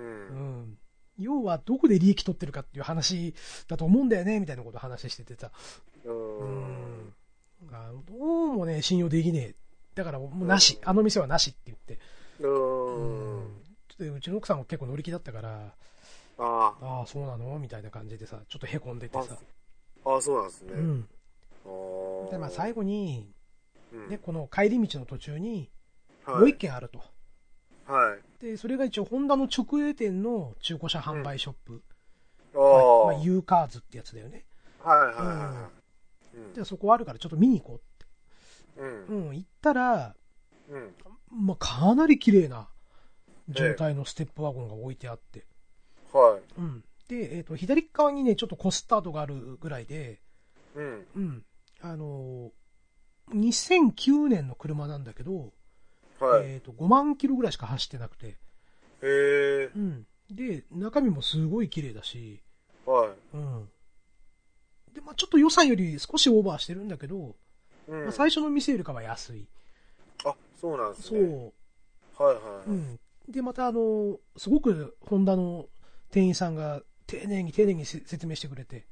[SPEAKER 1] ん、要はどこで利益取ってるかっていう話だと思うんだよねみたいなこと話しててさ、う
[SPEAKER 2] うん
[SPEAKER 1] ん、あどうもね、信用できねえ、だからもうなし、
[SPEAKER 2] うん
[SPEAKER 1] あの店はなしって言って、
[SPEAKER 2] うん。
[SPEAKER 1] ちょっとうちの奥さんも結構乗り気だったから、
[SPEAKER 2] あ
[SPEAKER 1] ああ、そうなのみたいな感じでさ、ちょっとへこんでてさ、
[SPEAKER 2] あ、ああ、そうなんですね。
[SPEAKER 1] うん、
[SPEAKER 2] ああ。
[SPEAKER 1] でまあ最後に、
[SPEAKER 2] うん
[SPEAKER 1] ね、この帰り道の途中に、
[SPEAKER 2] はい
[SPEAKER 1] もう一軒あると。
[SPEAKER 2] はい。
[SPEAKER 1] で、それが一応、ホンダの直営店の中古車販売ショップ。
[SPEAKER 2] あ
[SPEAKER 1] ま
[SPEAKER 2] あ。
[SPEAKER 1] あ、
[SPEAKER 2] はい
[SPEAKER 1] まあ、ユーカーズってやつだよね。
[SPEAKER 2] はいはい。うん。
[SPEAKER 1] で、そこあるからちょっと見に行こ
[SPEAKER 2] う
[SPEAKER 1] う。
[SPEAKER 2] ん。
[SPEAKER 1] うん、行ったら、
[SPEAKER 2] うん。
[SPEAKER 1] まあ、かなり綺麗な状態のステップワゴンが置いてあって。
[SPEAKER 2] はい。
[SPEAKER 1] うん。で、えっ、と、左側にね、ちょっとこすった跡があるぐらいで、
[SPEAKER 2] うん。
[SPEAKER 1] うん。あのー2009年の車なんだけど、
[SPEAKER 2] はい。
[SPEAKER 1] えっ、と、5万キロぐらいしか走ってなくて、
[SPEAKER 2] へえ。
[SPEAKER 1] うん。で、中身もすごい綺麗だし、
[SPEAKER 2] はい。
[SPEAKER 1] うん。で、まあちょっと予算より少しオーバーしてるんだけど、
[SPEAKER 2] うん
[SPEAKER 1] まあ、。最初の店よりかは安い。
[SPEAKER 2] あ、そうなんです
[SPEAKER 1] そ
[SPEAKER 2] ね。
[SPEAKER 1] う。
[SPEAKER 2] はいは
[SPEAKER 1] う
[SPEAKER 2] い。
[SPEAKER 1] ん。で、またあの、すごくホンダの店員さんが丁寧に丁寧にせ説明してくれて、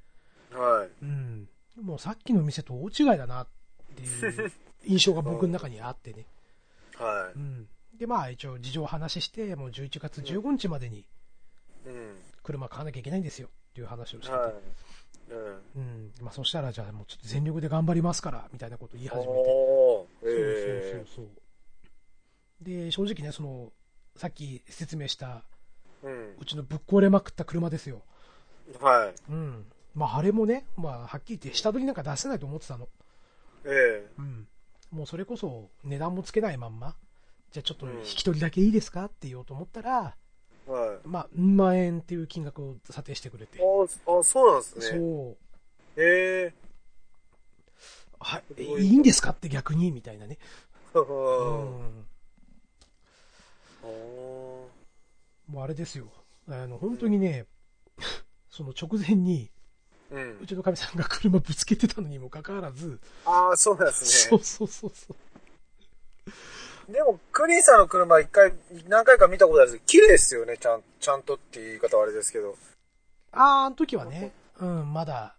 [SPEAKER 2] はい。
[SPEAKER 1] うん。もうさっきの店と大違いだなっていう 印象が僕の中にあってね。
[SPEAKER 2] は
[SPEAKER 1] うん。で、まあ一応事情を話して、もう11月15日までに
[SPEAKER 2] い。うん。
[SPEAKER 1] 車買わなきゃいけないんですよっていう話をしてて。
[SPEAKER 2] はい。うん。
[SPEAKER 1] うん。まあそしたらじゃあもうちょっと全力で頑張りますから、みたいなこと言い始めて。
[SPEAKER 2] おー。
[SPEAKER 1] そう
[SPEAKER 2] へ
[SPEAKER 1] そうそうそう。で、正直ね、その、さっき説明した、
[SPEAKER 2] え。うん。
[SPEAKER 1] うちのぶっ壊れまくった車ですよ。
[SPEAKER 2] はい。
[SPEAKER 1] うん。まあ、あれもね、まあ、はっきり言って下取りなんか出せないと思ってたの。
[SPEAKER 2] え
[SPEAKER 1] うん。もうそれこそ、値段もつけないまんま、じゃあちょっと
[SPEAKER 2] うん
[SPEAKER 1] 引き取りだけいいですかって言おうと思ったら、
[SPEAKER 2] え。はい。
[SPEAKER 1] まあ、うん万円っていう金額を査定してくれて。
[SPEAKER 2] あ、あ、そうなんですね。
[SPEAKER 1] そう。
[SPEAKER 2] へ え。
[SPEAKER 1] はい、え
[SPEAKER 2] すごい
[SPEAKER 1] いいんですかって逆にみたいなね。
[SPEAKER 2] うん。
[SPEAKER 1] うん。
[SPEAKER 2] お
[SPEAKER 1] もうあれですよ。あの、本当にね、 その直前に、
[SPEAKER 2] ー。う。
[SPEAKER 1] うんちのかみさんが車ぶつけてたのにもかかわらず、
[SPEAKER 2] ああ、そうなんです
[SPEAKER 1] そ
[SPEAKER 2] ね
[SPEAKER 1] う。そうそうそう。
[SPEAKER 2] でも、クリーンさんの車一回、何回か見たことあるんですけど、綺麗ですよね、ちゃん、ちゃんとっていう言い方はあれですけど。
[SPEAKER 1] あーあの時はね、うん、まだ、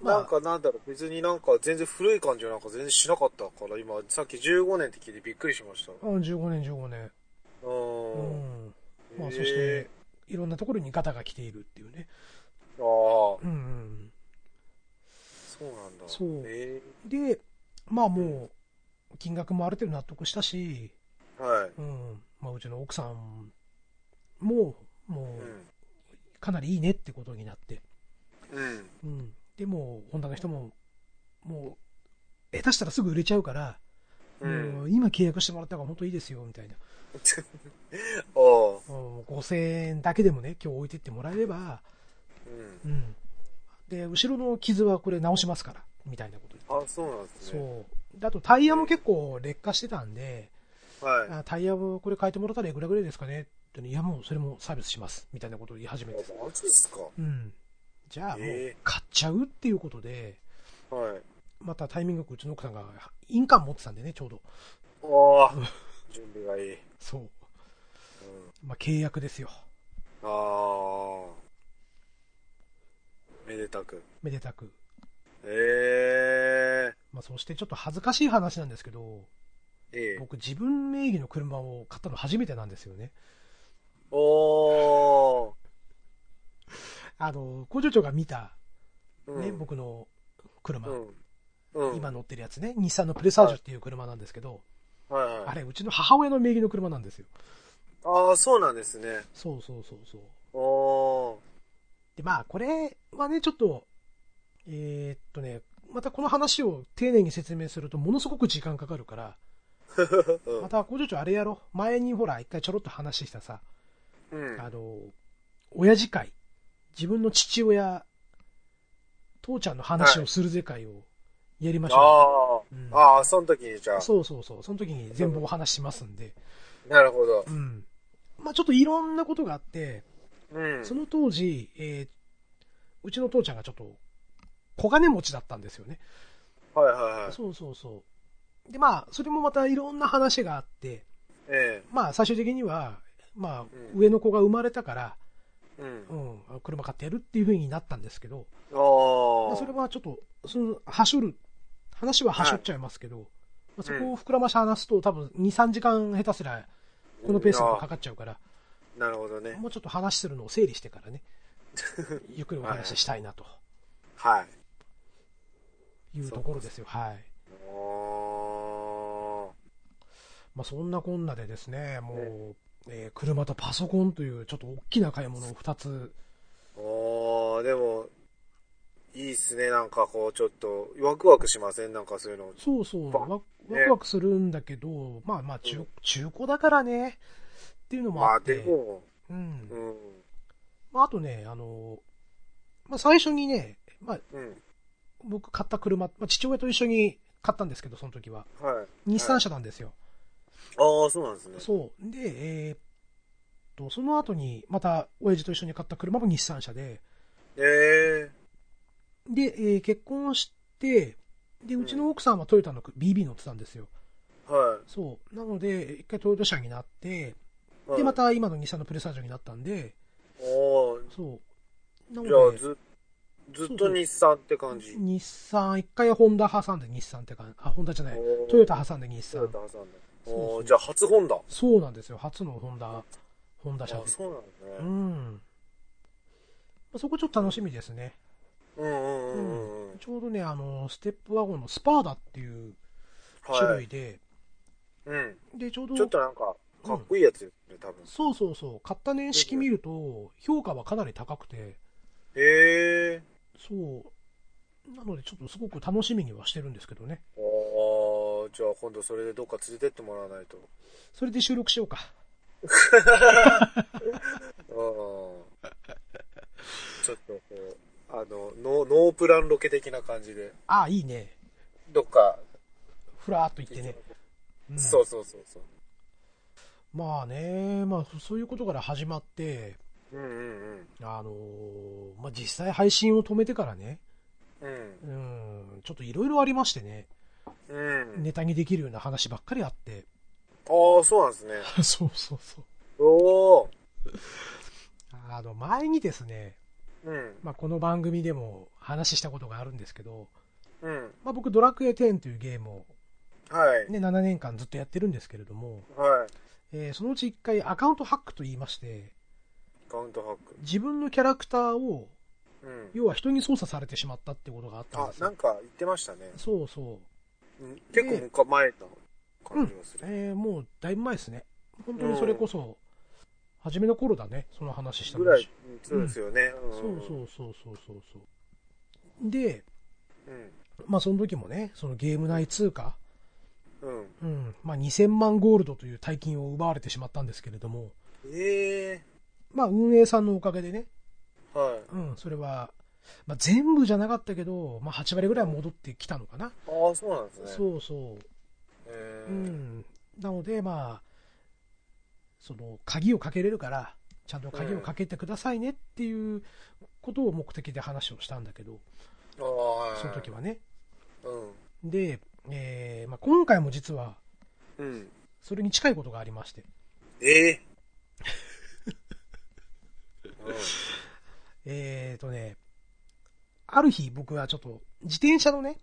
[SPEAKER 1] まあ
[SPEAKER 2] なんかなんだろう、別になんか全然古い感じはなんか全然しなかったから、今、さっき15年って聞いてびっくりしました。
[SPEAKER 1] うん、15年、15年。
[SPEAKER 2] う。
[SPEAKER 1] うんん。まあ、
[SPEAKER 2] へ
[SPEAKER 1] そ
[SPEAKER 2] え
[SPEAKER 1] して、いろんなところにガタが来ているっていうね。
[SPEAKER 2] ああ、
[SPEAKER 1] うんうん。
[SPEAKER 2] そうなんだ。
[SPEAKER 1] そう
[SPEAKER 2] え
[SPEAKER 1] で、まあもう、金額もある程度納得したし、
[SPEAKER 2] えはい。
[SPEAKER 1] うん。まあ、うちの奥さんも、も
[SPEAKER 2] う
[SPEAKER 1] う、
[SPEAKER 2] ん。
[SPEAKER 1] かなりいいねってことになって。
[SPEAKER 2] うん。
[SPEAKER 1] うん。でもう、ホンダの人も、もう、下手したらすぐ売れちゃうから、
[SPEAKER 2] うん。
[SPEAKER 1] も
[SPEAKER 2] あ
[SPEAKER 1] う今契約してもらったから本当いいですよ、みたいな。
[SPEAKER 2] あ。
[SPEAKER 1] うん5000円だけでもね、今日置いてってもらえれば、
[SPEAKER 2] うん。
[SPEAKER 1] うん。で、後ろの傷はこれ直しますから、みたいなこと言って。
[SPEAKER 2] あ、そうなんですね。
[SPEAKER 1] そう。であとタイヤも結構劣化してたんで、
[SPEAKER 2] はい。
[SPEAKER 1] あタイヤをこれ変えてもらったらいくらぐらいですかねってねいやもうそれもサービスします、みたいなことを言い始めて。
[SPEAKER 2] マジっすか
[SPEAKER 1] うん。じゃあもう
[SPEAKER 2] え
[SPEAKER 1] 買っちゃうっていうことで、
[SPEAKER 2] はい。
[SPEAKER 1] またタイミングよくうちの奥さんが印鑑持ってたんでね、ちょうど。
[SPEAKER 2] あ あ。準備がいい。うん。
[SPEAKER 1] そう。まあ契約ですよ。
[SPEAKER 2] ああ。めでたく。
[SPEAKER 1] めでたく。
[SPEAKER 2] え
[SPEAKER 1] まあそしてちょっと恥ずかしい話なんですけど、
[SPEAKER 2] えええ。
[SPEAKER 1] 僕自分名義の車を買ったの初めてなんですよね。
[SPEAKER 2] おー。
[SPEAKER 1] あの、工場長が見た、
[SPEAKER 2] うん
[SPEAKER 1] ね、僕の車、
[SPEAKER 2] うん。うん。
[SPEAKER 1] 今乗ってるやつね、日産のプレサージュっていう車なんですけど、
[SPEAKER 2] はいは
[SPEAKER 1] あ
[SPEAKER 2] い。
[SPEAKER 1] れ、うちの母親の名義の車なんですよ。
[SPEAKER 2] ああ、そうなんですね。
[SPEAKER 1] そうそうそうそう。
[SPEAKER 2] おー。
[SPEAKER 1] で、まあ、これはね、ちょっと、えーっとね、またこの話を丁寧に説明すると、ものすごく時間かかるから、
[SPEAKER 2] うん
[SPEAKER 1] また工場長あれやろ、前にほら、一回ちょろっと話したさ、
[SPEAKER 2] うん。
[SPEAKER 1] あの、親父会、自分の父親、父ちゃんの話をする世界をやりましょう。
[SPEAKER 2] あ
[SPEAKER 1] うん
[SPEAKER 2] あ、ああ、その時にじゃあ、
[SPEAKER 1] そうそうそう。その時に全部お話しますんで。
[SPEAKER 2] なるほど
[SPEAKER 1] う。ん。まあちょっといろんなことがあって、
[SPEAKER 2] うん。
[SPEAKER 1] その当時、えーうちの父ちゃんがちょっと小金持ちだったんですよね。
[SPEAKER 2] はいはいはい。
[SPEAKER 1] そうそうそう。で、まあ、それもまたいろんな話があって、
[SPEAKER 2] え
[SPEAKER 1] まあ最終的には、まあ
[SPEAKER 2] うん
[SPEAKER 1] 上の子が生まれたから、
[SPEAKER 2] え。うん
[SPEAKER 1] う。ん、車買ってやるっていう風になったんですけど、
[SPEAKER 2] ああ。
[SPEAKER 1] まあそれはちょっと、その、はしょる、話ははしょっちゃいますけど、まあそこを膨らまして話すと多分2、3時間下手すりゃこのペースがかかっちゃうから、
[SPEAKER 2] なるほどね。
[SPEAKER 1] もうちょっと話するのを整理して からね、ゆっくりお話ししたいなと
[SPEAKER 2] はい。
[SPEAKER 1] いうところですよ。はい。
[SPEAKER 2] お
[SPEAKER 1] まあそんなこんなでですね、もう、えー車とパソコンというちょっと大きな買い物を2つ、
[SPEAKER 2] ー。おー、でも、いいっすね。なんかこう、ちょっと、ワクワクしませんなんかそういうの。
[SPEAKER 1] そうそう、
[SPEAKER 2] ま
[SPEAKER 1] ワ
[SPEAKER 2] あ
[SPEAKER 1] ワク
[SPEAKER 2] ね
[SPEAKER 1] ワクするんだけど、まあまあ
[SPEAKER 2] う
[SPEAKER 1] 中
[SPEAKER 2] ん、
[SPEAKER 1] 中古だからね、っていうのも
[SPEAKER 2] ま
[SPEAKER 1] あ
[SPEAKER 2] あ、
[SPEAKER 1] っ
[SPEAKER 2] で
[SPEAKER 1] て、
[SPEAKER 2] も、
[SPEAKER 1] うん
[SPEAKER 2] う。ん。
[SPEAKER 1] まああとね、あの、まあ最初にね、まあ
[SPEAKER 2] うん。
[SPEAKER 1] 僕買った車、まあ父親と一緒に買ったんですけど、その時は。
[SPEAKER 2] はい。
[SPEAKER 1] 日産車なんですよ。
[SPEAKER 2] ああ、そうなんですね。
[SPEAKER 1] そう。で、えーっと、その後に、また、親父と一緒に買った車も日産車で、
[SPEAKER 2] え
[SPEAKER 1] で、えー結婚して、で、うちの奥さんはトヨタの BB 乗ってたんですよ。
[SPEAKER 2] え。は
[SPEAKER 1] そう。なので、一回トヨタ車になって、
[SPEAKER 2] いはい。
[SPEAKER 1] で、また今の日産のプレサージュになったんで、
[SPEAKER 2] おー、
[SPEAKER 1] そう。な
[SPEAKER 2] じゃ
[SPEAKER 1] の
[SPEAKER 2] あ
[SPEAKER 1] で、
[SPEAKER 2] ず、ずっと日産って感じ。
[SPEAKER 1] 日産、一回ホンダ挟んで日産って感じ、あ、ホンダじゃない、
[SPEAKER 2] おー
[SPEAKER 1] トヨタ挟んで日
[SPEAKER 2] トヨ
[SPEAKER 1] 産。
[SPEAKER 2] タ挟んで。
[SPEAKER 1] そうそう
[SPEAKER 2] おーじゃあ初本だ。
[SPEAKER 1] そうなんですよ。初のホンダ、ホンダ
[SPEAKER 2] あ
[SPEAKER 1] 車で。
[SPEAKER 2] そうなん
[SPEAKER 1] う
[SPEAKER 2] だね。
[SPEAKER 1] ん。まあそこちょっと楽しみですね。
[SPEAKER 2] うんうんうんうんうん。
[SPEAKER 1] ちょうどね、あの、ステップワゴンのスパーダっていう種
[SPEAKER 2] は
[SPEAKER 1] 類
[SPEAKER 2] い。
[SPEAKER 1] で、
[SPEAKER 2] うん。
[SPEAKER 1] で、ちょうど、
[SPEAKER 2] ちょっとなんか、かっこいいやつですね、多分。
[SPEAKER 1] そうそうそう、買った年式見ると、評価はかなり高くて、
[SPEAKER 2] へえ。
[SPEAKER 1] そう、なのでちょっとすごく楽しみにはしてるんですけどね。
[SPEAKER 2] ああ、じゃあ今度それでどっか連れてってもらわないと。
[SPEAKER 1] それで収録しようか。
[SPEAKER 2] ああ。ちょっとこう、あの、ノーノープランロケ的な感じで、
[SPEAKER 1] ああ、いいね。
[SPEAKER 2] どっか、
[SPEAKER 1] ふらーっと行ってね。うん
[SPEAKER 2] そうそうそうそう。
[SPEAKER 1] まあね、まあそそういうことから始まって、
[SPEAKER 2] うんうん
[SPEAKER 1] あのーまあ実際配信を止めてからね、
[SPEAKER 2] うん。うん。
[SPEAKER 1] うん、ちょっといろいろありましてね、
[SPEAKER 2] うん。
[SPEAKER 1] ネタにできるような話ばっかりあって、
[SPEAKER 2] ああ、 そうなんですね。
[SPEAKER 1] そうそうそう。
[SPEAKER 2] おお。
[SPEAKER 1] あの、前にですね、
[SPEAKER 2] うん。
[SPEAKER 1] まあ、この番組でも話したことがあるんですけど、
[SPEAKER 2] うん。
[SPEAKER 1] まあ、僕、ドラクエ10というゲームを、
[SPEAKER 2] はい。
[SPEAKER 1] ね、7年間ずっとやってるんですけれども、
[SPEAKER 2] はい。
[SPEAKER 1] えーそのうち1回アカウントハックと言いまして、
[SPEAKER 2] カウントハック。
[SPEAKER 1] 自分のキャラクターを、
[SPEAKER 2] うん。
[SPEAKER 1] 要は人に操作されてしまったってことがあったん
[SPEAKER 2] あ
[SPEAKER 1] で、す
[SPEAKER 2] な
[SPEAKER 1] よ
[SPEAKER 2] ん。か言ってましたね。
[SPEAKER 1] そうそう。
[SPEAKER 2] うん結構昔前の感じがする。
[SPEAKER 1] えーもうだいぶ前ですね。本当にそれこそ、初めの頃だね、その話したの
[SPEAKER 2] ぐらい、うんそうですよね。うん
[SPEAKER 1] そうそうそうそうそうそう。で、
[SPEAKER 2] うん。
[SPEAKER 1] まあその時もね、そのゲーム内通貨、
[SPEAKER 2] うん。
[SPEAKER 1] うん、まあ2000万ゴールドという大金を奪われてしまったんですけれども、
[SPEAKER 2] ええ
[SPEAKER 1] まあ運営さんのおかげでね、
[SPEAKER 2] はい。
[SPEAKER 1] うん、それは、まあ全部じゃなかったけど、まあ8割ぐらいは戻ってきたのかな。
[SPEAKER 2] ああ、そうなんですね。
[SPEAKER 1] そうそう。
[SPEAKER 2] え
[SPEAKER 1] う
[SPEAKER 2] ー
[SPEAKER 1] ん、なので、まあ、その鍵をかけれるから、ちゃんと鍵をかけてくださいねっていうことを目的で話をしたんだけど、
[SPEAKER 2] ああ
[SPEAKER 1] その時。はね。
[SPEAKER 2] うん。
[SPEAKER 1] で、えーまあ、今回も実は、
[SPEAKER 2] うん。
[SPEAKER 1] それに近いことがありまして、
[SPEAKER 2] ええ
[SPEAKER 1] えーとね、ある日僕はちょっと自転車のね、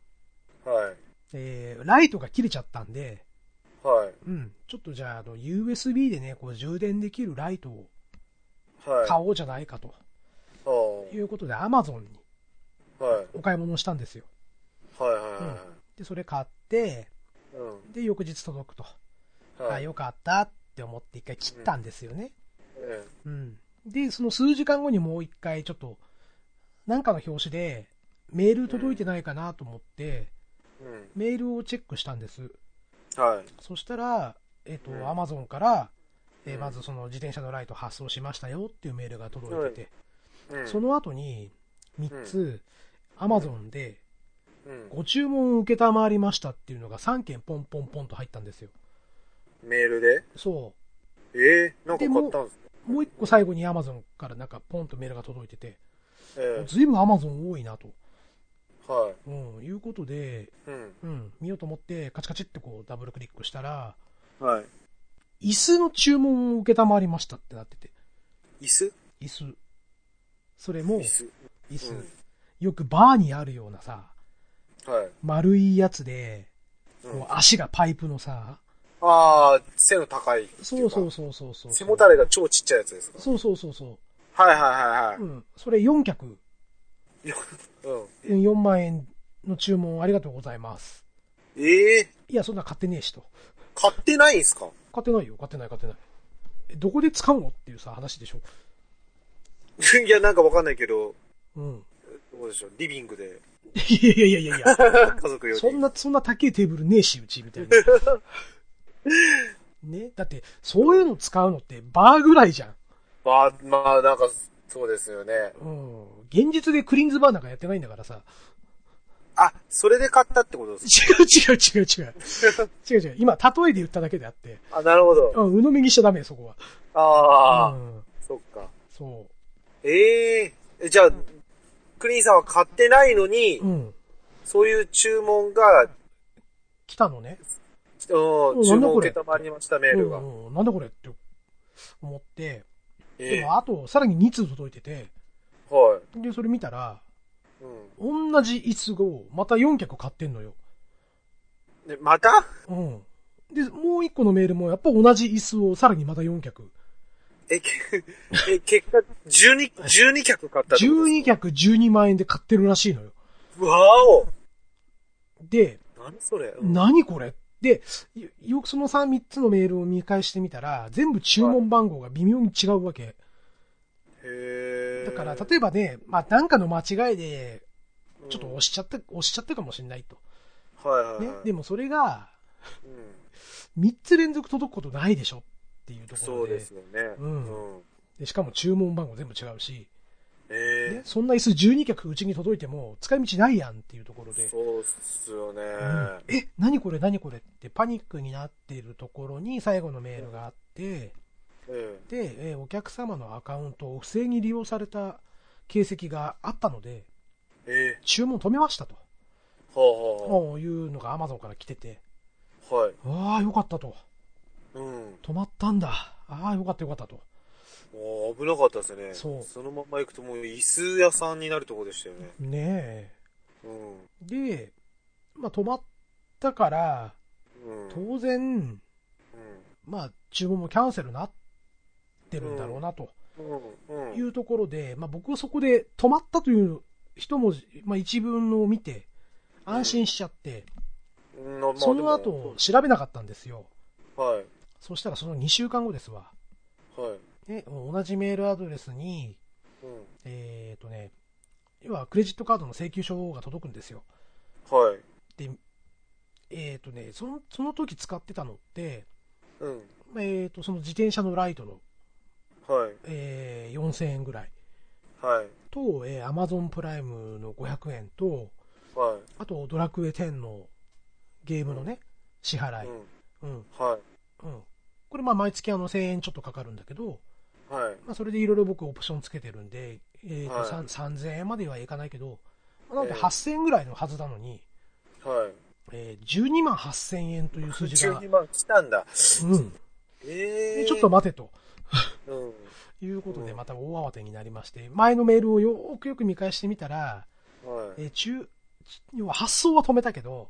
[SPEAKER 2] うん。はい。
[SPEAKER 1] えーライトが切れちゃったんで、
[SPEAKER 2] はい。
[SPEAKER 1] うん、ちょっとじゃああの USB でね、こう充電できるライトを
[SPEAKER 2] はい。
[SPEAKER 1] 買おうじゃないかと
[SPEAKER 2] ああはい。
[SPEAKER 1] いうことで Amazon に
[SPEAKER 2] はい。
[SPEAKER 1] お買い物をしたんですよ。
[SPEAKER 2] はい。は
[SPEAKER 1] で、それ買って、
[SPEAKER 2] い。うん。
[SPEAKER 1] で、翌日届くと。あ、
[SPEAKER 2] はい。
[SPEAKER 1] よかったって思って一回切ったんですよね。
[SPEAKER 2] え
[SPEAKER 1] うん。で、その数時間後にもう一回ちょっと、なんかの表紙で、メール届いてないかなと思って、
[SPEAKER 2] えうん。
[SPEAKER 1] メールをチェックしたんです。
[SPEAKER 2] はい。
[SPEAKER 1] そしたら、えっ、と、
[SPEAKER 2] うん
[SPEAKER 1] アマゾンから、えー
[SPEAKER 2] うん
[SPEAKER 1] まずその自転車のライト発送しましたよっていうメールが届いてて、
[SPEAKER 2] うん。
[SPEAKER 1] その後に、3つ、アマゾンで、
[SPEAKER 2] うん
[SPEAKER 1] ご注文を承りましたっていうのが3件ポンポンポンと入ったんですよ。
[SPEAKER 2] メールで
[SPEAKER 1] そう。
[SPEAKER 2] ええなんか買ったんですね
[SPEAKER 1] もう一個最後に Amazon からなんかポンとメールが届いてて、
[SPEAKER 2] え
[SPEAKER 1] ずいぶん Amazon 多いなと、
[SPEAKER 2] えはい。
[SPEAKER 1] うん、いうことで、
[SPEAKER 2] うん。
[SPEAKER 1] うん、見ようと思ってカチカチってこうダブルクリックしたら、
[SPEAKER 2] はい。
[SPEAKER 1] 椅子の注文を承りましたってなってて、
[SPEAKER 2] 椅子
[SPEAKER 1] 椅子。それも
[SPEAKER 2] 椅、子。
[SPEAKER 1] 椅子
[SPEAKER 2] うん。
[SPEAKER 1] よくバーにあるようなさ、
[SPEAKER 2] はい。
[SPEAKER 1] 丸いやつで、
[SPEAKER 2] うん
[SPEAKER 1] こう足がパイプのさ、
[SPEAKER 2] ああ、背の高いっていか。
[SPEAKER 1] そうそうそうそうそう。
[SPEAKER 2] 背もたれが超ちっちゃいやつですか
[SPEAKER 1] そうそうそうそ
[SPEAKER 2] はいは
[SPEAKER 1] う。うん。それ4脚、
[SPEAKER 2] いはいはい。うん。
[SPEAKER 1] 4万円の注文ありがとうございます。
[SPEAKER 2] ええ
[SPEAKER 1] いや、そんな買ってねえしと。
[SPEAKER 2] 買ってないんすか
[SPEAKER 1] 買ってないよ、買ってない、買ってない。えどこで使うのっていうさ、話でしょ。
[SPEAKER 2] いや、なんかわかんないけど、
[SPEAKER 1] うん。
[SPEAKER 2] どうでしょう、リビングで、
[SPEAKER 1] いやいやいやいやいや、
[SPEAKER 2] 家族よ り。
[SPEAKER 1] そんな、そんな高いテーブルねえし、うち、みたい な。ね。だって、そういうの使うのって、バーぐらいじゃん。
[SPEAKER 2] まあ、まあ、なんか、そうですよね。
[SPEAKER 1] うん。現実でクリーンズバーなんかやってないんだからさ。
[SPEAKER 2] あ、それで買ったってことです
[SPEAKER 1] 違う違う違う違う。 違う違う。今、例えで言っただけであって。
[SPEAKER 2] かあ、なるほど。
[SPEAKER 1] うん、鵜呑みにしちゃダメよ、そこは。
[SPEAKER 2] ああ、
[SPEAKER 1] うん。
[SPEAKER 2] そっか。
[SPEAKER 1] そ
[SPEAKER 2] えええじゃあ、クリーンさんは買ってないのに、
[SPEAKER 1] う。うん。
[SPEAKER 2] そういう注文が、
[SPEAKER 1] 来たのね。
[SPEAKER 2] うん、
[SPEAKER 1] ん
[SPEAKER 2] 注
[SPEAKER 1] な
[SPEAKER 2] 文
[SPEAKER 1] んだこ
[SPEAKER 2] を
[SPEAKER 1] れ
[SPEAKER 2] 受けたまりました、メールが。
[SPEAKER 1] うんうんなんだこれって思って。
[SPEAKER 2] え
[SPEAKER 1] で
[SPEAKER 2] え
[SPEAKER 1] も、あと、さらに2通届いてて。
[SPEAKER 2] は
[SPEAKER 1] で、それ見たら、
[SPEAKER 2] い。うん。
[SPEAKER 1] 同じ椅子をまた4脚買ってんのよ。
[SPEAKER 2] で、また
[SPEAKER 1] うん。で、もう一個のメールもやっぱ同じ椅子をさらにまた4脚。
[SPEAKER 2] え、 けえ、結果、12、12脚買ったってことです
[SPEAKER 1] 12脚12万円で買ってるらしいのよ。
[SPEAKER 2] かわお
[SPEAKER 1] で、
[SPEAKER 2] 何それ、うん
[SPEAKER 1] 何これで、よよくその3、3つのメールを見返してみたら、全部注文番号が微妙に違うわけ。
[SPEAKER 2] へ
[SPEAKER 1] だ
[SPEAKER 2] え。
[SPEAKER 1] から、例えばね、まあ、なんかの間違いで、
[SPEAKER 2] うん
[SPEAKER 1] ちょっと押しちゃった、押しちゃったかもしれないと。
[SPEAKER 2] はいはい、はい
[SPEAKER 1] ね。でもそれが、
[SPEAKER 2] うん
[SPEAKER 1] 3つ連続届くことないでしょっていうとこ
[SPEAKER 2] そ
[SPEAKER 1] ろ
[SPEAKER 2] う
[SPEAKER 1] で。
[SPEAKER 2] ですよね。
[SPEAKER 1] うん
[SPEAKER 2] うん
[SPEAKER 1] でしかも注文番号全部違うし。ね
[SPEAKER 2] え
[SPEAKER 1] そんな椅子12脚うちに届いても使い道ないやんっていうところ
[SPEAKER 2] え
[SPEAKER 1] で、
[SPEAKER 2] そうっすよね。
[SPEAKER 1] うんえ、何これ何これってパニックになっているところに最後のメールがあって、
[SPEAKER 2] え
[SPEAKER 1] で、えーお客様のアカウントを不正に利用された形跡があったので、
[SPEAKER 2] ええ
[SPEAKER 1] 注文止めましたと、
[SPEAKER 2] えは
[SPEAKER 1] こういうのが Amazon から来てて、
[SPEAKER 2] あ、はあ、は
[SPEAKER 1] あ
[SPEAKER 2] い。
[SPEAKER 1] あ、よかったと。
[SPEAKER 2] うん。
[SPEAKER 1] 止まったんだ。ああ、よかったよかったと。
[SPEAKER 2] おー危なかったですね。
[SPEAKER 1] そう
[SPEAKER 2] そのまま行くともう椅子屋さんになるとこでしたよね。
[SPEAKER 1] ね
[SPEAKER 2] うん。
[SPEAKER 1] え。で、まあ、止まったから、
[SPEAKER 2] うん。うん。
[SPEAKER 1] 当然、まあ、注文もキャンセルなってるんだろうなと
[SPEAKER 2] うん。うん。
[SPEAKER 1] いうところで、まあ、僕はそこで止まったという一文字、まあ、一文を見て、安心しちゃって、
[SPEAKER 2] うんまあ
[SPEAKER 1] その、
[SPEAKER 2] で
[SPEAKER 1] 後、調べなかったんですよ。
[SPEAKER 2] もはい。
[SPEAKER 1] そしたらその2週間後ですわ。
[SPEAKER 2] はい。
[SPEAKER 1] ね、同じメールアドレスに、
[SPEAKER 2] うん。
[SPEAKER 1] えっ、とね、要はクレジットカードの請求書が届くんですよ。
[SPEAKER 2] はい。
[SPEAKER 1] で、えっ、とね、その、その時使ってたのって、
[SPEAKER 2] うん。
[SPEAKER 1] えっ、と、その自転車のライトの、
[SPEAKER 2] はい。
[SPEAKER 1] えー4000円ぐらい
[SPEAKER 2] はい。
[SPEAKER 1] と、えー Amazon プライムの500円と、
[SPEAKER 2] は
[SPEAKER 1] あと、ドラクエ10のゲームのね、支払
[SPEAKER 2] い。
[SPEAKER 1] い。
[SPEAKER 2] うん。
[SPEAKER 1] うん、
[SPEAKER 2] は
[SPEAKER 1] うん。これ、まあ、毎月あの1000円ちょっとかかるんだけど、
[SPEAKER 2] い。はい。
[SPEAKER 1] まあ、それでいろいろ僕オプションつけてるんで、えーと
[SPEAKER 2] はい
[SPEAKER 1] さん3000円まではいかないけど、まあなので
[SPEAKER 2] ええ
[SPEAKER 1] 8000円ぐらいのはずなのに、
[SPEAKER 2] はい。
[SPEAKER 1] えー12万8000円という数字が、
[SPEAKER 2] 12万来たんだ。
[SPEAKER 1] うん、
[SPEAKER 2] ええ
[SPEAKER 1] でちょっと待てと
[SPEAKER 2] うん。
[SPEAKER 1] いうことで、
[SPEAKER 2] うん
[SPEAKER 1] また大慌てになりまして、前のメールをよーくよく見返してみたら、
[SPEAKER 2] はい。
[SPEAKER 1] えー中要は発送は止めたけど、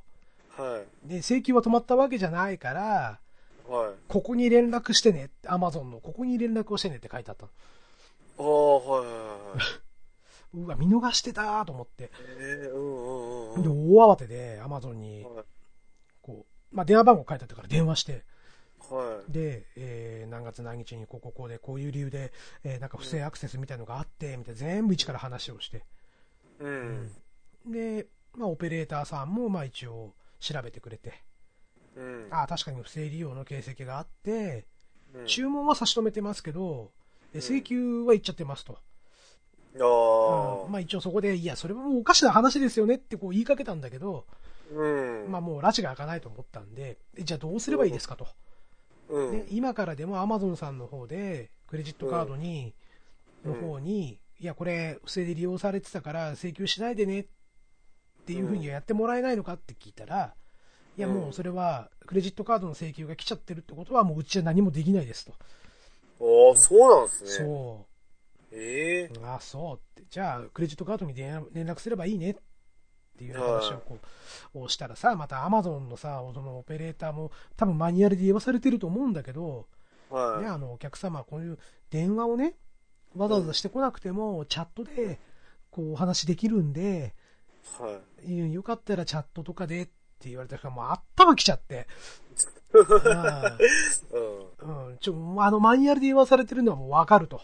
[SPEAKER 2] はい。
[SPEAKER 1] で請求は止まったわけじゃないから、
[SPEAKER 2] はい。
[SPEAKER 1] ここに連絡してね、アマゾンのここに連絡をしてねって書いてあったの
[SPEAKER 2] ああ、はいはいはい。
[SPEAKER 1] うわ、見逃してたーと思って、
[SPEAKER 2] ええうんうんうん
[SPEAKER 1] で
[SPEAKER 2] うん。
[SPEAKER 1] 大慌てでアマゾンに
[SPEAKER 2] はい。
[SPEAKER 1] こう、まあ、電話番号書いてあったから電話して、
[SPEAKER 2] は
[SPEAKER 1] で、えー何月何日にこうこうこうで、こういう理由で、えーなんか不正アクセスみたいのがあって、みたいな、全部一から話をして、
[SPEAKER 2] い。うん。
[SPEAKER 1] で、まあ、オペレーターさんも、まあ、一応、調べてくれて、
[SPEAKER 2] うん。
[SPEAKER 1] ああ、確かに不正利用の形跡があって、
[SPEAKER 2] うん、
[SPEAKER 1] 注文は差し止めてますけど、え
[SPEAKER 2] うん
[SPEAKER 1] 請求は行っちゃってますと。
[SPEAKER 2] ああ、
[SPEAKER 1] うんまあ、一応そこで、いや、それはもうおかしな話ですよねってこう言いかけたんだけど、
[SPEAKER 2] うん。
[SPEAKER 1] まあ、もう、拉致が開かないと思ったんで、えじゃあどうすればいいですかと。
[SPEAKER 2] うん。
[SPEAKER 1] ね、今からでもアマゾンさんの方で、クレジットカードに、
[SPEAKER 2] うん
[SPEAKER 1] の方に、いや、これ、不正で利用されてたから、請求しないでねっていうふうに
[SPEAKER 2] うん
[SPEAKER 1] やってもらえないのかって聞いたら、いや、
[SPEAKER 2] うん
[SPEAKER 1] もうそれは、クレジットカードの請求が来ちゃってるってことは、もううちは何もできないですと。
[SPEAKER 2] ああ、そうなんですね。
[SPEAKER 1] そ
[SPEAKER 2] ええ
[SPEAKER 1] う、あそうって、じゃあ、クレジットカードに電話連絡すればいいねっていう話をこう、をしたらさ、またアマゾンのさ、そのオペレーターも、多分マニュアルで言わされてると思うんだけど、
[SPEAKER 2] はい。
[SPEAKER 1] ね、あのお客様、こういう電話をね、わざわざしてこなくても、チャットでこうお話できるんで、
[SPEAKER 2] はい。
[SPEAKER 1] うんよかったらチャットとかでって言われたから、もう頭来ちゃ って、あ
[SPEAKER 2] うん。
[SPEAKER 1] あうん、ちょあのマニュアルで言わされてるのはもうわかると、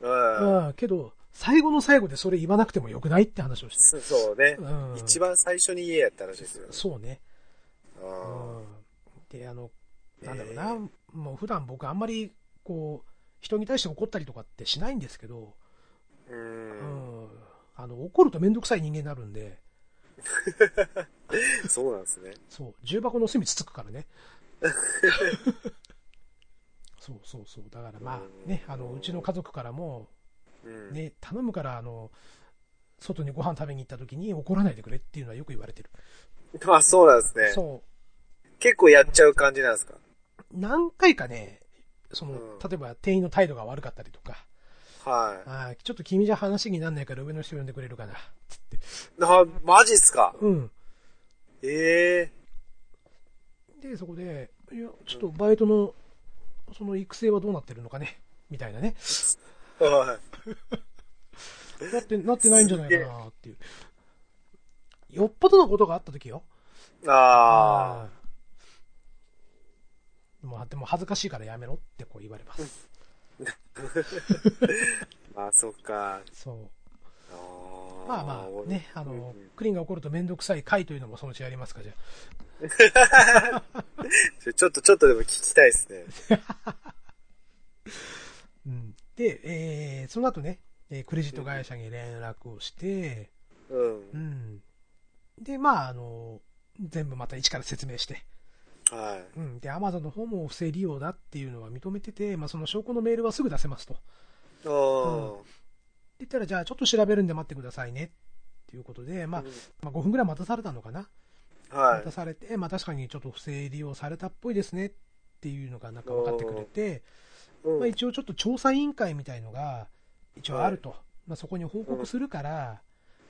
[SPEAKER 2] は
[SPEAKER 1] うん、けど、最後の最後でそれ言わなくてもよくないって話をし
[SPEAKER 2] い。
[SPEAKER 1] て、
[SPEAKER 2] そそうね。
[SPEAKER 1] うん、
[SPEAKER 2] 一番最初に家やったらしいですよね。
[SPEAKER 1] そうね、う
[SPEAKER 2] ああ
[SPEAKER 1] ん、であのなんだろう
[SPEAKER 2] え
[SPEAKER 1] な、もう普段僕、あんまりこう人に対して怒ったりとかってしないんですけど、
[SPEAKER 2] う。
[SPEAKER 1] うんんあの怒ると面倒くさい人間になるんで、
[SPEAKER 2] そうなんですね。
[SPEAKER 1] そう、重箱の隅つつくから ね。そうそうそう、だからまあね、あのうちの家族からも、
[SPEAKER 2] うん。
[SPEAKER 1] ね、頼むからあの外にご飯食べに行った時に怒らないでくれっていうのはよく言われてる。
[SPEAKER 2] あ、そうなんですね。
[SPEAKER 1] そ
[SPEAKER 2] 結構やっちゃう感じなんですか
[SPEAKER 1] う、何回かね、その
[SPEAKER 2] うん
[SPEAKER 1] 例えば店員の態度が悪かったりとか、
[SPEAKER 2] はい。
[SPEAKER 1] あーちょっと君じゃ話になんないから上の人呼んでくれるかなっつって、
[SPEAKER 2] あ、マジっすか
[SPEAKER 1] うん、
[SPEAKER 2] ええ
[SPEAKER 1] で、そこで、いや、ちょっとバイトの、その育成はどうなってるのかね、みたいなね。
[SPEAKER 2] は
[SPEAKER 1] なって、なってないんじゃないかなっていう。よっぽどのことがあった時よ。
[SPEAKER 2] い。ああ。
[SPEAKER 1] うんもう、でも恥ずかしいからやめろってこう言われます。
[SPEAKER 2] あ、そっか。
[SPEAKER 1] そう。
[SPEAKER 2] あー
[SPEAKER 1] まあまあ、 ね、あ
[SPEAKER 2] うん
[SPEAKER 1] の、クリーンが怒るとめんどくさい回というのもそのうちやりますか、じゃあ。
[SPEAKER 2] ちょっと、ちょっとでも聞きたいですね。
[SPEAKER 1] うん。で、えー、その後ね、えークレジット会社に連絡をして、
[SPEAKER 2] う。
[SPEAKER 1] うんん。で、まあ、あの、全部また一から説明して、
[SPEAKER 2] はい。
[SPEAKER 1] うん、で、アマゾンの方も不正利用だっていうのは認めてて、まあ、その証拠のメールはすぐ出せますと。で
[SPEAKER 2] あー
[SPEAKER 1] 言ったら、じゃあちょっと調べるんで待ってくださいねっていうことで、まあ、まあ、5分ぐらい待たされたのかな、
[SPEAKER 2] は
[SPEAKER 1] 待
[SPEAKER 2] い
[SPEAKER 1] た。されて、まあ、確かにちょっと不正利用されたっぽいですねっていうのがなんか分かってくれて、
[SPEAKER 2] うん
[SPEAKER 1] まあ、一応ちょっと調査委員会みたいのが一応あると、まあ、そこに報告するから、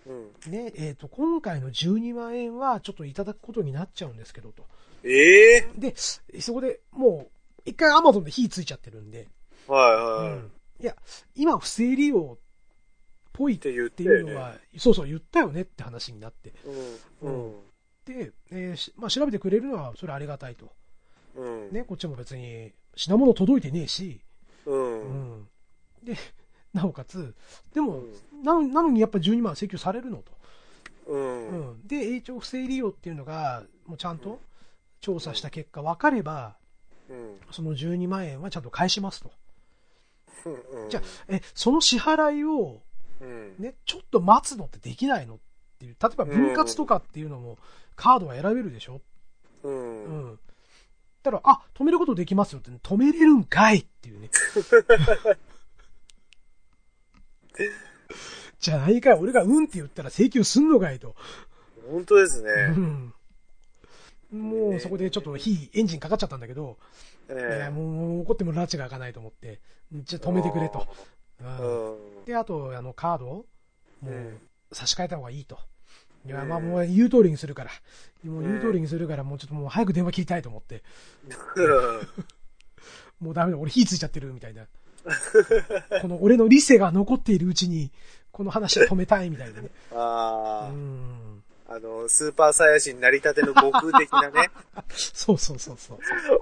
[SPEAKER 2] うん
[SPEAKER 1] ねえー、と今回の12万円はちょっといただくことになっちゃうんですけどと
[SPEAKER 2] ええ
[SPEAKER 1] でそこでもう一回アマゾンで火ついちゃってるんで、
[SPEAKER 2] はいはい、
[SPEAKER 1] う
[SPEAKER 2] はい。っ
[SPEAKER 1] んいや今不正利用っぽいって
[SPEAKER 2] 言ってて
[SPEAKER 1] いうのは、そうそう言ったよねって話になって
[SPEAKER 2] うん。
[SPEAKER 1] で、えーしまあ、調べてくれるのはそれありがたいと、
[SPEAKER 2] うん。
[SPEAKER 1] ね、こっちも別に品物届いてねえし、
[SPEAKER 2] う。
[SPEAKER 1] うんん、でなおかつで
[SPEAKER 2] う
[SPEAKER 1] も
[SPEAKER 2] ん
[SPEAKER 1] ななのにやっぱ12万請求されるのと、
[SPEAKER 2] う。
[SPEAKER 1] うんん、で一応不正利用っていうのがもうちゃんと調査した結果分かれば
[SPEAKER 2] うん。
[SPEAKER 1] その12万円はちゃんと返しますと
[SPEAKER 2] うん。
[SPEAKER 1] じゃあえその支払いを、
[SPEAKER 2] うん。
[SPEAKER 1] ね、ちょっと待つのってできないのっていう例えば分割とかっていうのもカードは選べるでしょ
[SPEAKER 2] う。
[SPEAKER 1] うんん。たら、あ、止めることできますよって、止めれるんかいって いうね。じゃないかい、俺がうんって言ったら請求すんのかいと。
[SPEAKER 2] 本当です
[SPEAKER 1] う
[SPEAKER 2] ね。
[SPEAKER 1] ん。もうそこでちょっと火、エンジンかかっちゃったんだけど、い
[SPEAKER 2] え
[SPEAKER 1] やもう怒っても拉致が開かないと思って、じゃあ止めてくれと。
[SPEAKER 2] え
[SPEAKER 1] うん
[SPEAKER 2] うん。
[SPEAKER 1] で、あと、あの、カードを、も
[SPEAKER 2] うん
[SPEAKER 1] う、差し替えた方がいいと。いや、
[SPEAKER 2] うん
[SPEAKER 1] まあ、もう言う通りにするから。もう言う通
[SPEAKER 2] う
[SPEAKER 1] りにするから、もうちょっともう早く電話切りたいと思って。もうダメだ、俺火ついちゃってる、みた いな。この俺の理性が残っているうちに、この話は止めたい、みたいなね。う
[SPEAKER 2] あ
[SPEAKER 1] ん。
[SPEAKER 2] あ、あの、スーパーサイヤ人になりたての僕的なね、
[SPEAKER 1] そうそうそうそう。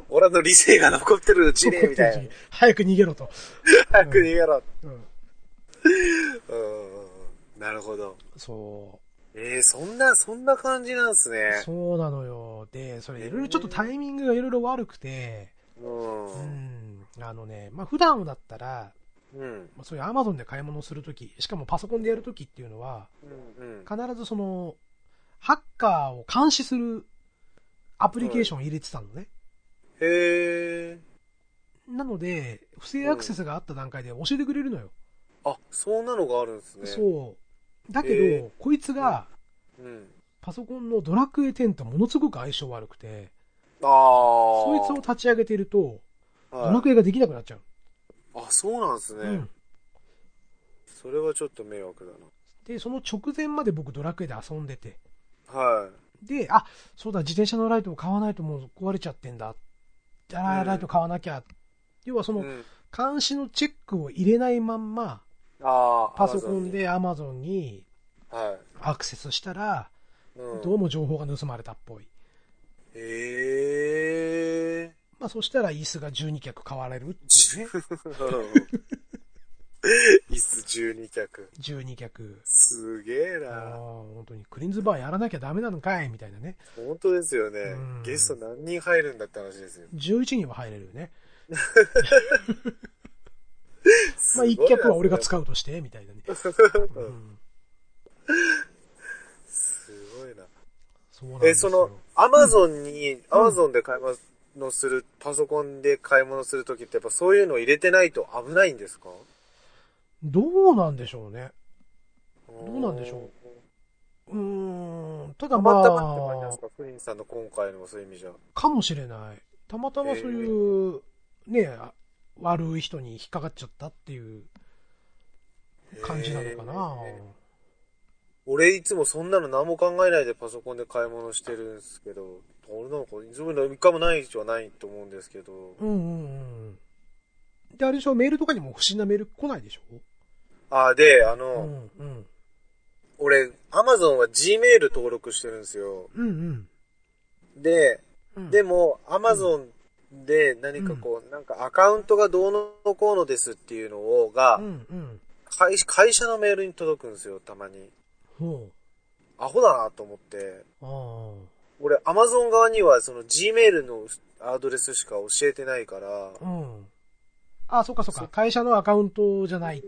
[SPEAKER 2] 俺の理性が残ってるうちね、みたいな。
[SPEAKER 1] 早く逃げろと。
[SPEAKER 2] 早く逃げろ。
[SPEAKER 1] うん。
[SPEAKER 2] うん。なるほど。
[SPEAKER 1] そ
[SPEAKER 2] ええそんな、そんな感じなんです
[SPEAKER 1] う。
[SPEAKER 2] ね。
[SPEAKER 1] そうなのよ。で、それ、いろいろちょっとタイミングがいろいろ悪くて、
[SPEAKER 2] う。
[SPEAKER 1] うんん。あのね、まあ、普段だったら、
[SPEAKER 2] うん。
[SPEAKER 1] まあそういう Amazon で買い物をするとき、しかもパソコンでやるときっていうのは、
[SPEAKER 2] うん。
[SPEAKER 1] 必ずその、ハッカーを監視するアプリケーションを入れてたのね。
[SPEAKER 2] へえ。
[SPEAKER 1] なので、不正アクセスがあった段階で教えてくれるのよ。
[SPEAKER 2] あ、そんなのがあるんですね。う。
[SPEAKER 1] そう。だけど、
[SPEAKER 2] えー
[SPEAKER 1] こいつが、
[SPEAKER 2] うん。
[SPEAKER 1] パソコンのドラクエ10とものすごく相性悪くて、
[SPEAKER 2] ああ。
[SPEAKER 1] そいつを立ち上げてると、ドラ
[SPEAKER 2] は
[SPEAKER 1] クエができなくなっちゃう。
[SPEAKER 2] い、あ、そうなんですね、
[SPEAKER 1] うん。
[SPEAKER 2] それはちょっと迷惑だ
[SPEAKER 1] で、その直前まで僕ドラクエで遊んでて、
[SPEAKER 2] な。はい。
[SPEAKER 1] で、あ、そうだ、自転車のライトを買わないともう壊れちゃってんだ。あ
[SPEAKER 2] う
[SPEAKER 1] ー
[SPEAKER 2] ん
[SPEAKER 1] ライト買わなきゃ。要はその、
[SPEAKER 2] ん、
[SPEAKER 1] 監視のチェックを入れないまんま、
[SPEAKER 2] ああ、
[SPEAKER 1] パソコンで Amazon に
[SPEAKER 2] Amazon に。は
[SPEAKER 1] アクセスしたら、
[SPEAKER 2] い。うん、
[SPEAKER 1] どうも情報が盗まれたっぽい。
[SPEAKER 2] ええ
[SPEAKER 1] まあ、そしたら椅子が12脚買われるっていうね。
[SPEAKER 2] ー。椅子12脚。
[SPEAKER 1] 12脚。
[SPEAKER 2] すげえ
[SPEAKER 1] ああ、
[SPEAKER 2] な。
[SPEAKER 1] 本当にクリーンズバーやらなきゃダメなのかいみたいなね。
[SPEAKER 2] 本当ですよね、
[SPEAKER 1] うん
[SPEAKER 2] ゲスト何人入るんだって話ですよ。
[SPEAKER 1] 11人は入れるよね。
[SPEAKER 2] す
[SPEAKER 1] まあ、
[SPEAKER 2] ごい
[SPEAKER 1] 1脚は俺が
[SPEAKER 2] う。
[SPEAKER 1] 使うとして、みたいなね。う
[SPEAKER 2] うん
[SPEAKER 1] ん。
[SPEAKER 2] すごいな。
[SPEAKER 1] そうなん
[SPEAKER 2] え、
[SPEAKER 1] です
[SPEAKER 2] そ
[SPEAKER 1] よ。
[SPEAKER 2] の、アマゾンに、アマゾンで買い物する、パソコンで買い物するときってやっぱそういうの入れてないと危ないんですか
[SPEAKER 1] どうなんでしょうね。
[SPEAKER 2] ど
[SPEAKER 1] うなんでしょうーん。ただ
[SPEAKER 2] た
[SPEAKER 1] ま
[SPEAKER 2] ま
[SPEAKER 1] あ、
[SPEAKER 2] たまって感じなんですかクリーンさんの今回のそういう意味じゃ。
[SPEAKER 1] かもしれない。たまたまそういう、ね、あ悪い人に引っかかっちゃったっていう感じなのかな。
[SPEAKER 2] へー俺いつもそんなの何も考えないでパソコンで買い物してるんですけど、俺なんか、いつも一回もない人はないと思うんですけど、
[SPEAKER 1] うんうんうん。で、あれでしょ、メールとかにも不審なメール来ないでしょ
[SPEAKER 2] あ、で、あ
[SPEAKER 1] う
[SPEAKER 2] の、
[SPEAKER 1] んうん。
[SPEAKER 2] 俺、アマゾンは Gmail 登録してるんですよ。
[SPEAKER 1] うんうん
[SPEAKER 2] で、
[SPEAKER 1] うん。
[SPEAKER 2] でも、アマゾンで何かこう、なんかアカウントがどうのこうのですっていうのを、が
[SPEAKER 1] うん、うん。
[SPEAKER 2] 会会社のメールに届くんですよ、たまに。
[SPEAKER 1] ほ
[SPEAKER 2] アホだなと思って。
[SPEAKER 1] う。あ
[SPEAKER 2] 俺、アマゾン側にはその Gmail のアドレスしか教えてないから、
[SPEAKER 1] あ。うん。あ、そっかそっか。会社のアカウントじゃない。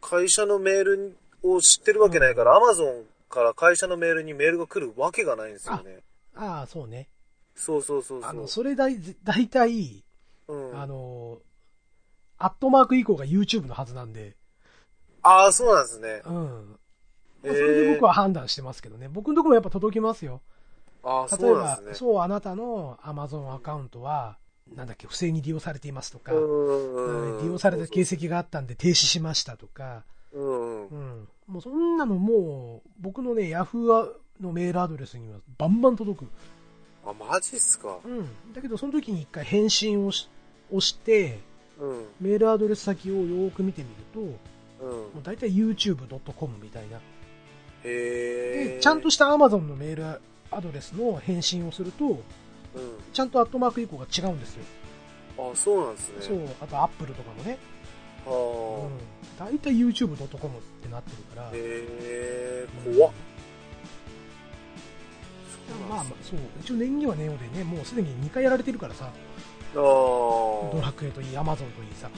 [SPEAKER 2] 会社のメールを知ってるわけないから、アマゾンから会社のメールにメールが来るわけがないんですよね。
[SPEAKER 1] ああ、そうね。
[SPEAKER 2] そうそうそう
[SPEAKER 1] あの、
[SPEAKER 2] そ
[SPEAKER 1] それだい、大体、
[SPEAKER 2] う。うん、
[SPEAKER 1] あ
[SPEAKER 2] あ
[SPEAKER 1] の、アットマーク以降が YouTube のはずなんで、
[SPEAKER 2] あー、そうなんですね。
[SPEAKER 1] うん。まあそ
[SPEAKER 2] えー
[SPEAKER 1] れで僕は判断してますけどね。僕のとこもやっぱ届きますよ。
[SPEAKER 2] あ
[SPEAKER 1] 例え
[SPEAKER 2] あ、そうなん
[SPEAKER 1] ば
[SPEAKER 2] で、すね。
[SPEAKER 1] そう、あなたの Amazon アカウントは、なんだっけ、不正に利用されていますとか、
[SPEAKER 2] うん
[SPEAKER 1] 利用された形跡があったんで停止しましたとか、
[SPEAKER 2] うんうん
[SPEAKER 1] うん、もうそんなのもう、僕のね、ヤフーのメールアドレスにはバンバン届く。
[SPEAKER 2] あマジっすか
[SPEAKER 1] うん、だけど、その時に一回返信をし押して、
[SPEAKER 2] うん
[SPEAKER 1] メールアドレス先をよーく見てみると、も
[SPEAKER 2] うん
[SPEAKER 1] う大体 youtube.com みたいな。
[SPEAKER 2] へ
[SPEAKER 1] で
[SPEAKER 2] え、
[SPEAKER 1] ちゃんとした Amazon のメールアドレスの返信をすると、
[SPEAKER 2] うん
[SPEAKER 1] ちゃんとアットマーク以降が違うんですよ。
[SPEAKER 2] あそうなんですね
[SPEAKER 1] そう、あと Apple とかもね。うん
[SPEAKER 2] は、
[SPEAKER 1] 大体 YouTube.com ってなってるから
[SPEAKER 2] あ、へえ
[SPEAKER 1] うん
[SPEAKER 2] 怖っ
[SPEAKER 1] まあまあ、そう、一応年には年をでね、もうすでに2回やられてるからさ、
[SPEAKER 2] ああー
[SPEAKER 1] ドラクエといい、Amazon といいさ、も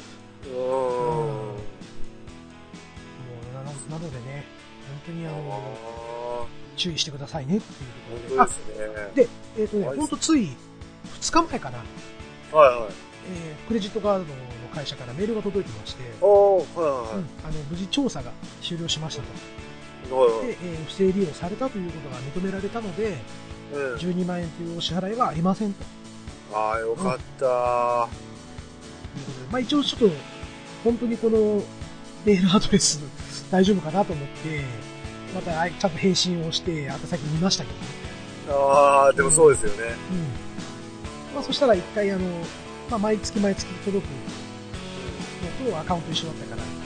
[SPEAKER 2] うん
[SPEAKER 1] うなななのでね、本当にあの、
[SPEAKER 2] あ
[SPEAKER 1] 注意してくださいねってい
[SPEAKER 2] ー
[SPEAKER 1] うところ
[SPEAKER 2] 本当
[SPEAKER 1] で。
[SPEAKER 2] ですね
[SPEAKER 1] あ、で、えっ、とね、
[SPEAKER 2] はい
[SPEAKER 1] ほんとつい2日前かな、
[SPEAKER 2] はいはい
[SPEAKER 1] えークレジットカードの会社からメールが届いてまして、
[SPEAKER 2] あーはい
[SPEAKER 1] う
[SPEAKER 2] はい
[SPEAKER 1] んあの無事調査が終了しましたと。
[SPEAKER 2] はいはい
[SPEAKER 1] で、えー不正利用されたということが認められたので、
[SPEAKER 2] うん
[SPEAKER 1] 12万円というお支払いはありませんとい
[SPEAKER 2] ああよかった
[SPEAKER 1] うことで、まあ、一応ちょっと、本当にこのメールアドレス大丈夫かなと思って、またあいちゃんと返信をして、あと先見ましたけどね。
[SPEAKER 2] ああでもそうですよね
[SPEAKER 1] うん。まあ、そしたら一回、あの、まあ、毎月毎月届くのとアカウント一緒だったから、